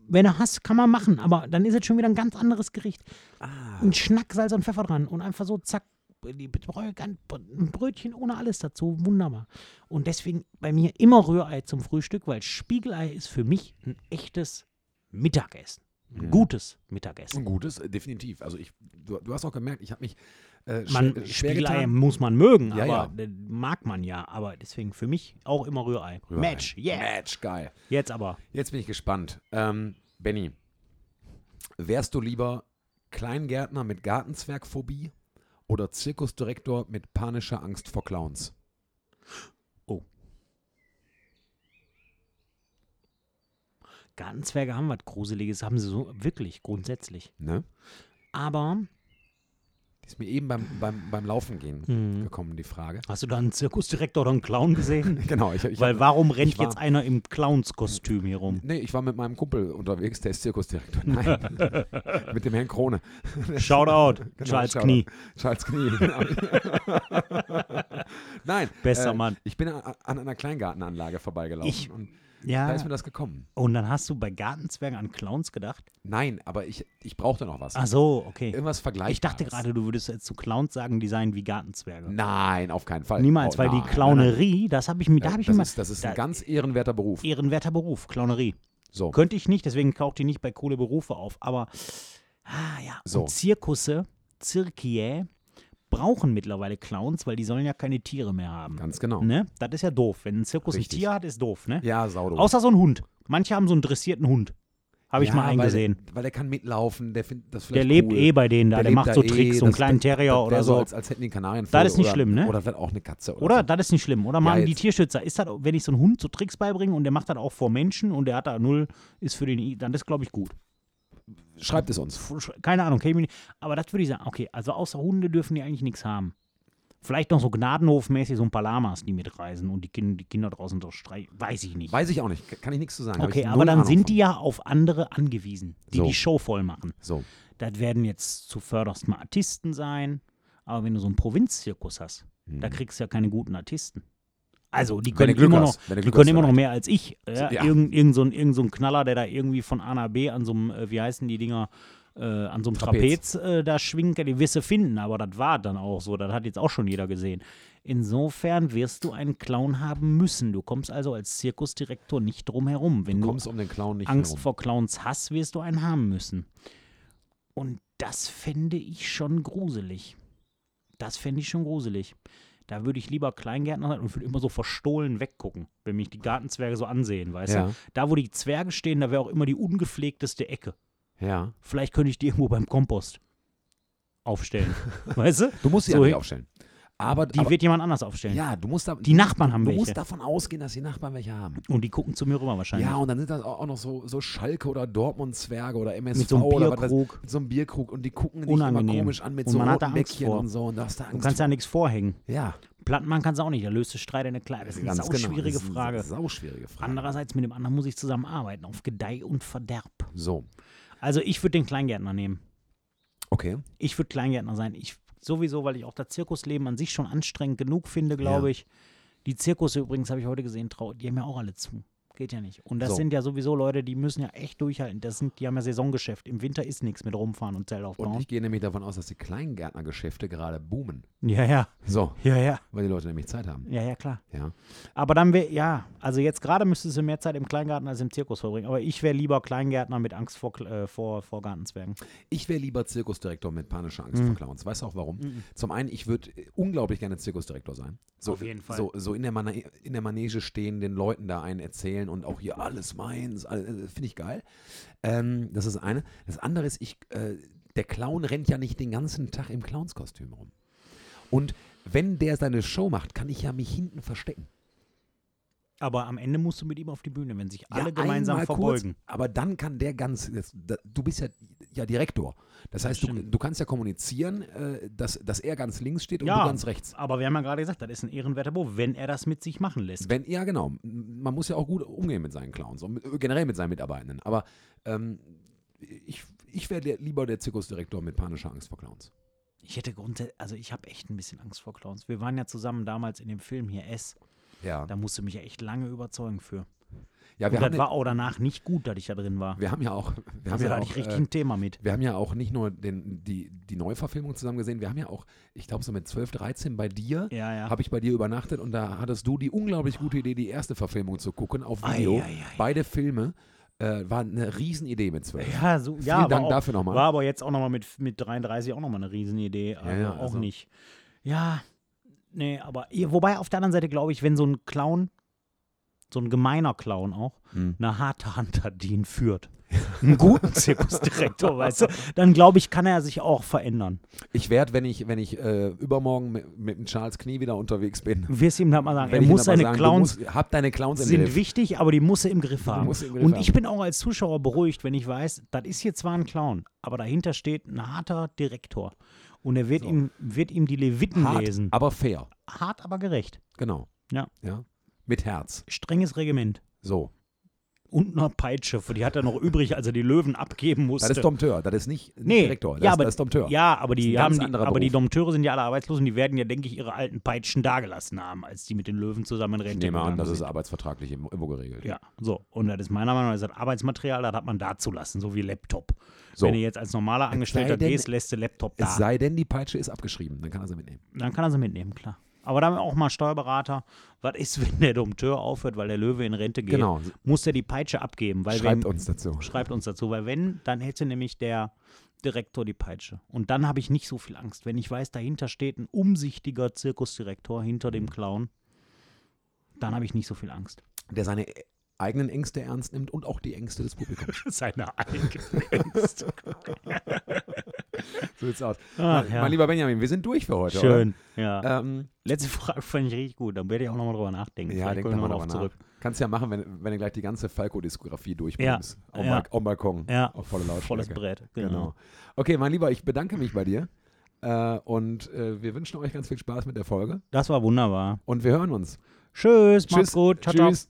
Wenn er hast, kann man machen, aber dann ist es schon wieder ein ganz anderes Gericht.
Ah.
Ein Schnack Salz und Pfeffer dran und einfach so zack. die Brö- ganz- Ein Brötchen ohne alles dazu, wunderbar. Und deswegen bei mir immer Rührei zum Frühstück, weil Spiegelei ist für mich ein echtes Mittagessen. Ein
Mhm.
gutes Mittagessen.
Ein gutes, äh, definitiv. Also ich, du, du hast auch gemerkt, ich habe mich äh, sch-
Man,
äh,
Spiegelei muss man mögen,
Ja,
aber
ja.
d- mag man ja. Aber deswegen für mich auch immer Rührei.
Rührei.
Match, yeah.
Match, geil.
Jetzt aber.
Jetzt bin ich gespannt. Ähm, Benny, wärst du lieber Kleingärtner mit Gartenzwergphobie oder Zirkusdirektor mit panischer Angst vor Clowns?
Gartenzwerge haben was Gruseliges, haben sie so wirklich grundsätzlich.
Ne?
Aber
Die ist mir eben beim, beim, beim Laufen gehen
Mhm.
gekommen, die Frage.
hast du da einen Zirkusdirektor oder einen Clown gesehen?
Genau, ich, ich
Weil warum
ich
rennt
war-
jetzt einer im Clownskostüm hier rum?
Nee, ich war mit meinem Kumpel unterwegs, der ist Zirkusdirektor. Nein. mit dem Herrn Krone.
Shoutout,
Genau,
Charles
Shoutout.
Knie.
Charles Knie. genau. Nein. äh,
Bester Mann.
Ich bin an, an einer Kleingartenanlage vorbeigelaufen.
Ich-
und da
Ja,
ist mir das gekommen.
und dann hast du bei Gartenzwergen an Clowns gedacht?
Nein, aber ich, ich brauchte noch was.
Ach so, okay.
Irgendwas
Ah, Ich
Vergleichbares.
dachte gerade, du würdest jetzt zu Clowns sagen, die seien wie Gartenzwerge.
Nein, auf keinen Fall.
Niemals,
Oh,
weil die
nein, nein,
Clownerie, das habe ich mir, da
nein.
habe ich
das,
immer,
ist, das ist
da-
ein ganz ehrenwerter Beruf.
ehrenwerter Beruf, Clownerie.
So,
Könnte ich nicht, deswegen taucht die nicht bei Kohle Berufe auf. Aber ah, ja,
So.
und Zirkusse, Zirkiä, brauchen mittlerweile Clowns, weil die sollen ja keine Tiere mehr haben.
ganz genau.
Ne? Das ist ja doof. Wenn ein Zirkus
Richtig.
ein Tier hat, ist doof, ne?
Ja, saudo.
Außer so ein Hund. Manche haben so einen dressierten Hund. Habe ich
ja,
mal einen
weil,
gesehen.
Weil der kann mitlaufen, der findet das
Der
vielleicht
lebt
cool.
eh bei denen da, der,
lebt
macht
da
so
eh,
Tricks, so einen
das-
kleinen
das- das
Terrier
wär
oder
so.
so.
Als, als hätten die einen Kanarienvogel.
Das ist nicht
oder,
schlimm, ne?
Oder vielleicht auch eine Katze. Oder?
Oder? Das ist nicht schlimm. Oder machen die
jetzt-
Tierschützer. Ist das, wenn ich so einen Hund so Tricks beibringe und der macht das auch vor Menschen und der hat da null, ist für den, I- dann ist, glaube ich, gut.
So. Schreibt es uns.
Sch- keine Ahnung, käme ich nicht. Aber das würde ich sagen, okay, also außer Hunde dürfen die eigentlich nichts haben. Vielleicht noch so gnadenhofmäßig so ein paar Lamas, die mitreisen und die, Kin die Kinder draußen so streichen. Weiß ich nicht.
Weiß ich auch nicht. Kann ich nichts zu sagen. Hab
Okay,
ich
aber
null
dann
Ahnung
sind
von.
die ja auf andere angewiesen, die
So.
die Show voll machen.
So.
Das werden jetzt zuvörderst mal Artisten sein. Aber wenn du so einen Provinzzirkus hast, da kriegst du ja keine guten Artisten. Also, die
Hm. Mhm. Wenn du
können,
Glück
immer noch,
hast, wenn du
die
Glück
können
hast
immer noch
vielleicht.
mehr als ich. Ja,
Ja.
Irgend, irgend, so ein, irgend so ein Knaller, der da irgendwie von A nach B an so einem, äh, wie heißen die Dinger, äh, an so einem Trapez,
Trapez.
äh, da schwingt, die wirst du finden. Aber das war dann auch so. Das hat jetzt auch schon jeder gesehen. Insofern wirst du einen Clown haben müssen. Du kommst also als Zirkusdirektor nicht drum herum. Wenn
Du
du,
kommst um den Clown nicht
Angst
herum.
vor Clowns hast, wirst du einen haben müssen. Und das fände ich schon gruselig. Das fände ich schon gruselig. Da würde ich lieber Kleingärtner sein und würde immer so verstohlen weggucken, wenn mich die Gartenzwerge so ansehen, weißt
Ja.
du? Da, wo die Zwerge stehen, da wäre auch immer die ungepflegteste Ecke.
Ja.
Vielleicht könnte ich die irgendwo beim Kompost aufstellen, weißt du?
Du musst sie
So
ja nicht
hin-
aufstellen. Aber,
Die
aber
wird jemand anders aufstellen.
ja, du musst da,
Die Nachbarn haben
du
welche.
musst davon ausgehen, dass die Nachbarn welche haben.
Und die gucken zu mir rüber wahrscheinlich.
Ja, und dann sind das auch auch noch so, so Schalke oder Dortmund-Zwerge oder MSV
Mit so einem
oder was weiß-
Bierkrug.
mit so einem Bierkrug und die gucken dich
Unangenehm.
immer komisch an mit
Und
so
man hat da
roten
Angst
Bäckchen
vor.
und so und darfst da Angst
Du kannst ja nichts vorhängen.
vor. Ja,
Platten machen kannst du auch nicht, da löst du Streit in der Kleidung. Das ist eine
ganz genau.
schwierige
Das ist eine
Frage.
Sauschwierige Frage.
Andererseits, mit dem anderen muss ich zusammenarbeiten, auf Gedeih und Verderb.
so,
Also ich würde den Kleingärtner nehmen.
okay.
Ich würde Kleingärtner sein. Ich sowieso, weil ich auch das Zirkusleben an sich schon anstrengend genug finde, glaube
Ja.
ich. Die Zirkusse übrigens, habe ich heute gesehen, trau, die haben ja auch alle zu. Geht ja nicht. Und das
So.
sind ja sowieso Leute, die müssen ja echt durchhalten. Das sind, die haben ja Saisongeschäft. Im Winter ist nichts mit rumfahren und Zelt
Und
aufbauen.
ich gehe nämlich davon aus, dass die Kleingärtnergeschäfte gerade boomen.
Ja, ja,
So,
ja, ja.
weil die Leute nämlich Zeit haben.
Ja, ja, klar.
Ja.
Aber dann wäre, ja, also jetzt gerade müsstest du mehr Zeit im Kleingarten als im Zirkus verbringen. Aber ich wäre lieber Kleingärtner mit Angst vor, Kl- äh, vor, vor Gartenzwergen.
Ich wäre lieber Zirkusdirektor mit panischer Angst
Mhm.
vor Clowns. Weißt du auch warum? Zum einen, ich würde unglaublich gerne Zirkusdirektor sein. So,
Auf jeden Fall.
So, so in, der Mana- in der Manege stehen, den Leuten da einen erzählen und auch hier alles meins. all- äh, Finde ich geil. Ähm, das ist das eine. Das andere ist, ich, äh, der Clown rennt ja nicht den ganzen Tag im Clownskostüm rum. Und wenn der seine Show macht, kann ich ja mich hinten verstecken.
Aber am Ende musst du mit ihm auf die Bühne, wenn sich alle
ja,
gemeinsam
einmal
verbeugen.
Kurz, aber dann kann der ganz, das, da, du bist ja, ja Direktor. Das heißt, du,
stimmt.
du kannst ja kommunizieren, äh, dass, dass er ganz links steht und
Ja.
du ganz rechts.
Aber wir haben ja gerade gesagt, das ist ein ehrenwerter Bo, wenn er das mit sich machen lässt.
Wenn, ja, genau. Man muss ja auch gut umgehen mit seinen Clowns und mit, äh, generell mit seinen Mitarbeitenden. Aber ähm, ich, ich wäre lieber der Zirkusdirektor mit panischer Angst vor Clowns.
Ich hätte grundsätzlich, also ich habe echt ein bisschen Angst vor Clowns. Wir waren ja zusammen damals in dem Film hier S.
Ja,
Da musst du mich ja echt lange überzeugen für.
ja wir,
Und
haben,
das
ja-
war auch danach nicht gut, dass ich da drin war.
wir haben ja auch, wir haben
Also da
ja
hatte
auch
ich richtig
äh,
ein Thema mit.
Wir haben ja auch nicht nur den, die, die Neuverfilmung zusammen gesehen, wir haben ja auch, ich glaube, so mit 12, 13 bei dir,
Ja, ja.
habe ich bei dir übernachtet und da hattest du die unglaublich gute Idee, die erste Verfilmung zu gucken auf
Ei,
Video.
ei, ei.
Beide Filme äh, waren eine Riesenidee mit 12.
Ja, so, ja
Vielen
war
Dank
auch,
dafür nochmal.
War aber jetzt auch nochmal mit, mit 33 auch nochmal eine Riesenidee. Also
ja,
auch
also-
nicht. Ja, nee, aber ja, wobei auf der anderen Seite glaube ich, wenn so ein Clown, so ein gemeiner Clown auch,
Hm.
eine harte Hand hat, die ihn führt. Einen guten Zirkusdirektor, weißt du, dann glaube ich, kann er sich auch verändern.
Ich werde, wenn ich, wenn ich äh, übermorgen mit, mit dem Charles Knie wieder unterwegs bin,
Du wirst ihm da mal sagen,
werd
er
ich ihm
muss
aber
seine
sagen, du
Clowns
musst, hab deine Clowns im
sind
Griff.
wichtig, aber die muss er im Griff haben.
musst du im Griff
und
haben.
ich bin auch als Zuschauer beruhigt, wenn ich weiß, das ist hier zwar ein Clown, aber dahinter steht ein harter Direktor. Und er wird, ihm, wird ihm die Leviten
Hart,
lesen.
aber fair.
Hart, aber gerecht.
Genau.
Ja.
ja. Mit Herz.
Strenges Regiment.
So.
Und eine Peitsche, für die hat er noch übrig, als er die Löwen abgeben musste.
Das ist Dompteur, das ist nicht, nicht
Nee,
Direktor, das,
ja,
ist-
aber,
das ist Dompteur.
Ja, aber
Das
die,
ist ein
haben
ganz
die,
anderer
aber die
Beruf.
Dompteure sind ja alle arbeitslos und die werden ja, denke ich, ihre alten Peitschen dagelassen haben, als die mit den Löwen zusammen in
ich
Rente
nehme an,
gegangen
das
sind.
ist arbeitsvertraglich im- irgendwo geregelt.
Ja, so. Und das ist meiner Meinung nach das Arbeitsmaterial, das hat man da zu lassen, so wie Laptop.
So.
Wenn du jetzt als normaler Angestellter
denn-
gehst, lässt du Laptop
Es
da.
sei denn, die Peitsche ist abgeschrieben, dann kann er sie mitnehmen.
Dann kann er sie mitnehmen, klar. Aber dann auch mal Steuerberater. Was ist, wenn der Dompteur aufhört, weil der Löwe in Rente geht?
Genau.
Muss der die Peitsche abgeben? Weil
Schreibt
wenn,
uns dazu.
schreibt uns dazu. Weil wenn, dann hätte nämlich der Direktor die Peitsche. Und dann habe ich nicht so viel Angst. Wenn ich weiß, dahinter steht ein umsichtiger Zirkusdirektor hinter
Mhm.
dem Clown, dann habe ich nicht so viel Angst.
Der seine äh, eigenen Ängste ernst nimmt und auch die Ängste des Publikums.
Seine eigenen Ängste.
so sieht's aus.
Ah,
mein,
ja.
mein lieber Benjamin, wir sind durch für heute.
Schön. Ja.
Oder? Ähm,
Letzte Frage fand ich richtig gut. Dann werde ich auch nochmal drüber nachdenken.
ja,
Vielleicht
denk da
kommen wir
mal
noch
drüber
drauf
nach. Kannst ja machen, wenn, wenn du gleich die ganze Falco-Diskografie durchbringst.
Ja,
Auf
ja.
Balk- Auf Balkon.
Ja.
Auf volle Lautstärke.
Volles Brett. Genau.
Genau. Okay, mein Lieber, ich bedanke mich bei dir. Äh, und äh, wir wünschen euch ganz viel Spaß mit der Folge.
Das war wunderbar.
Und wir hören uns.
Tschüss, macht's
Tschüss.
gut. Ciao, ciao.
Tschüss.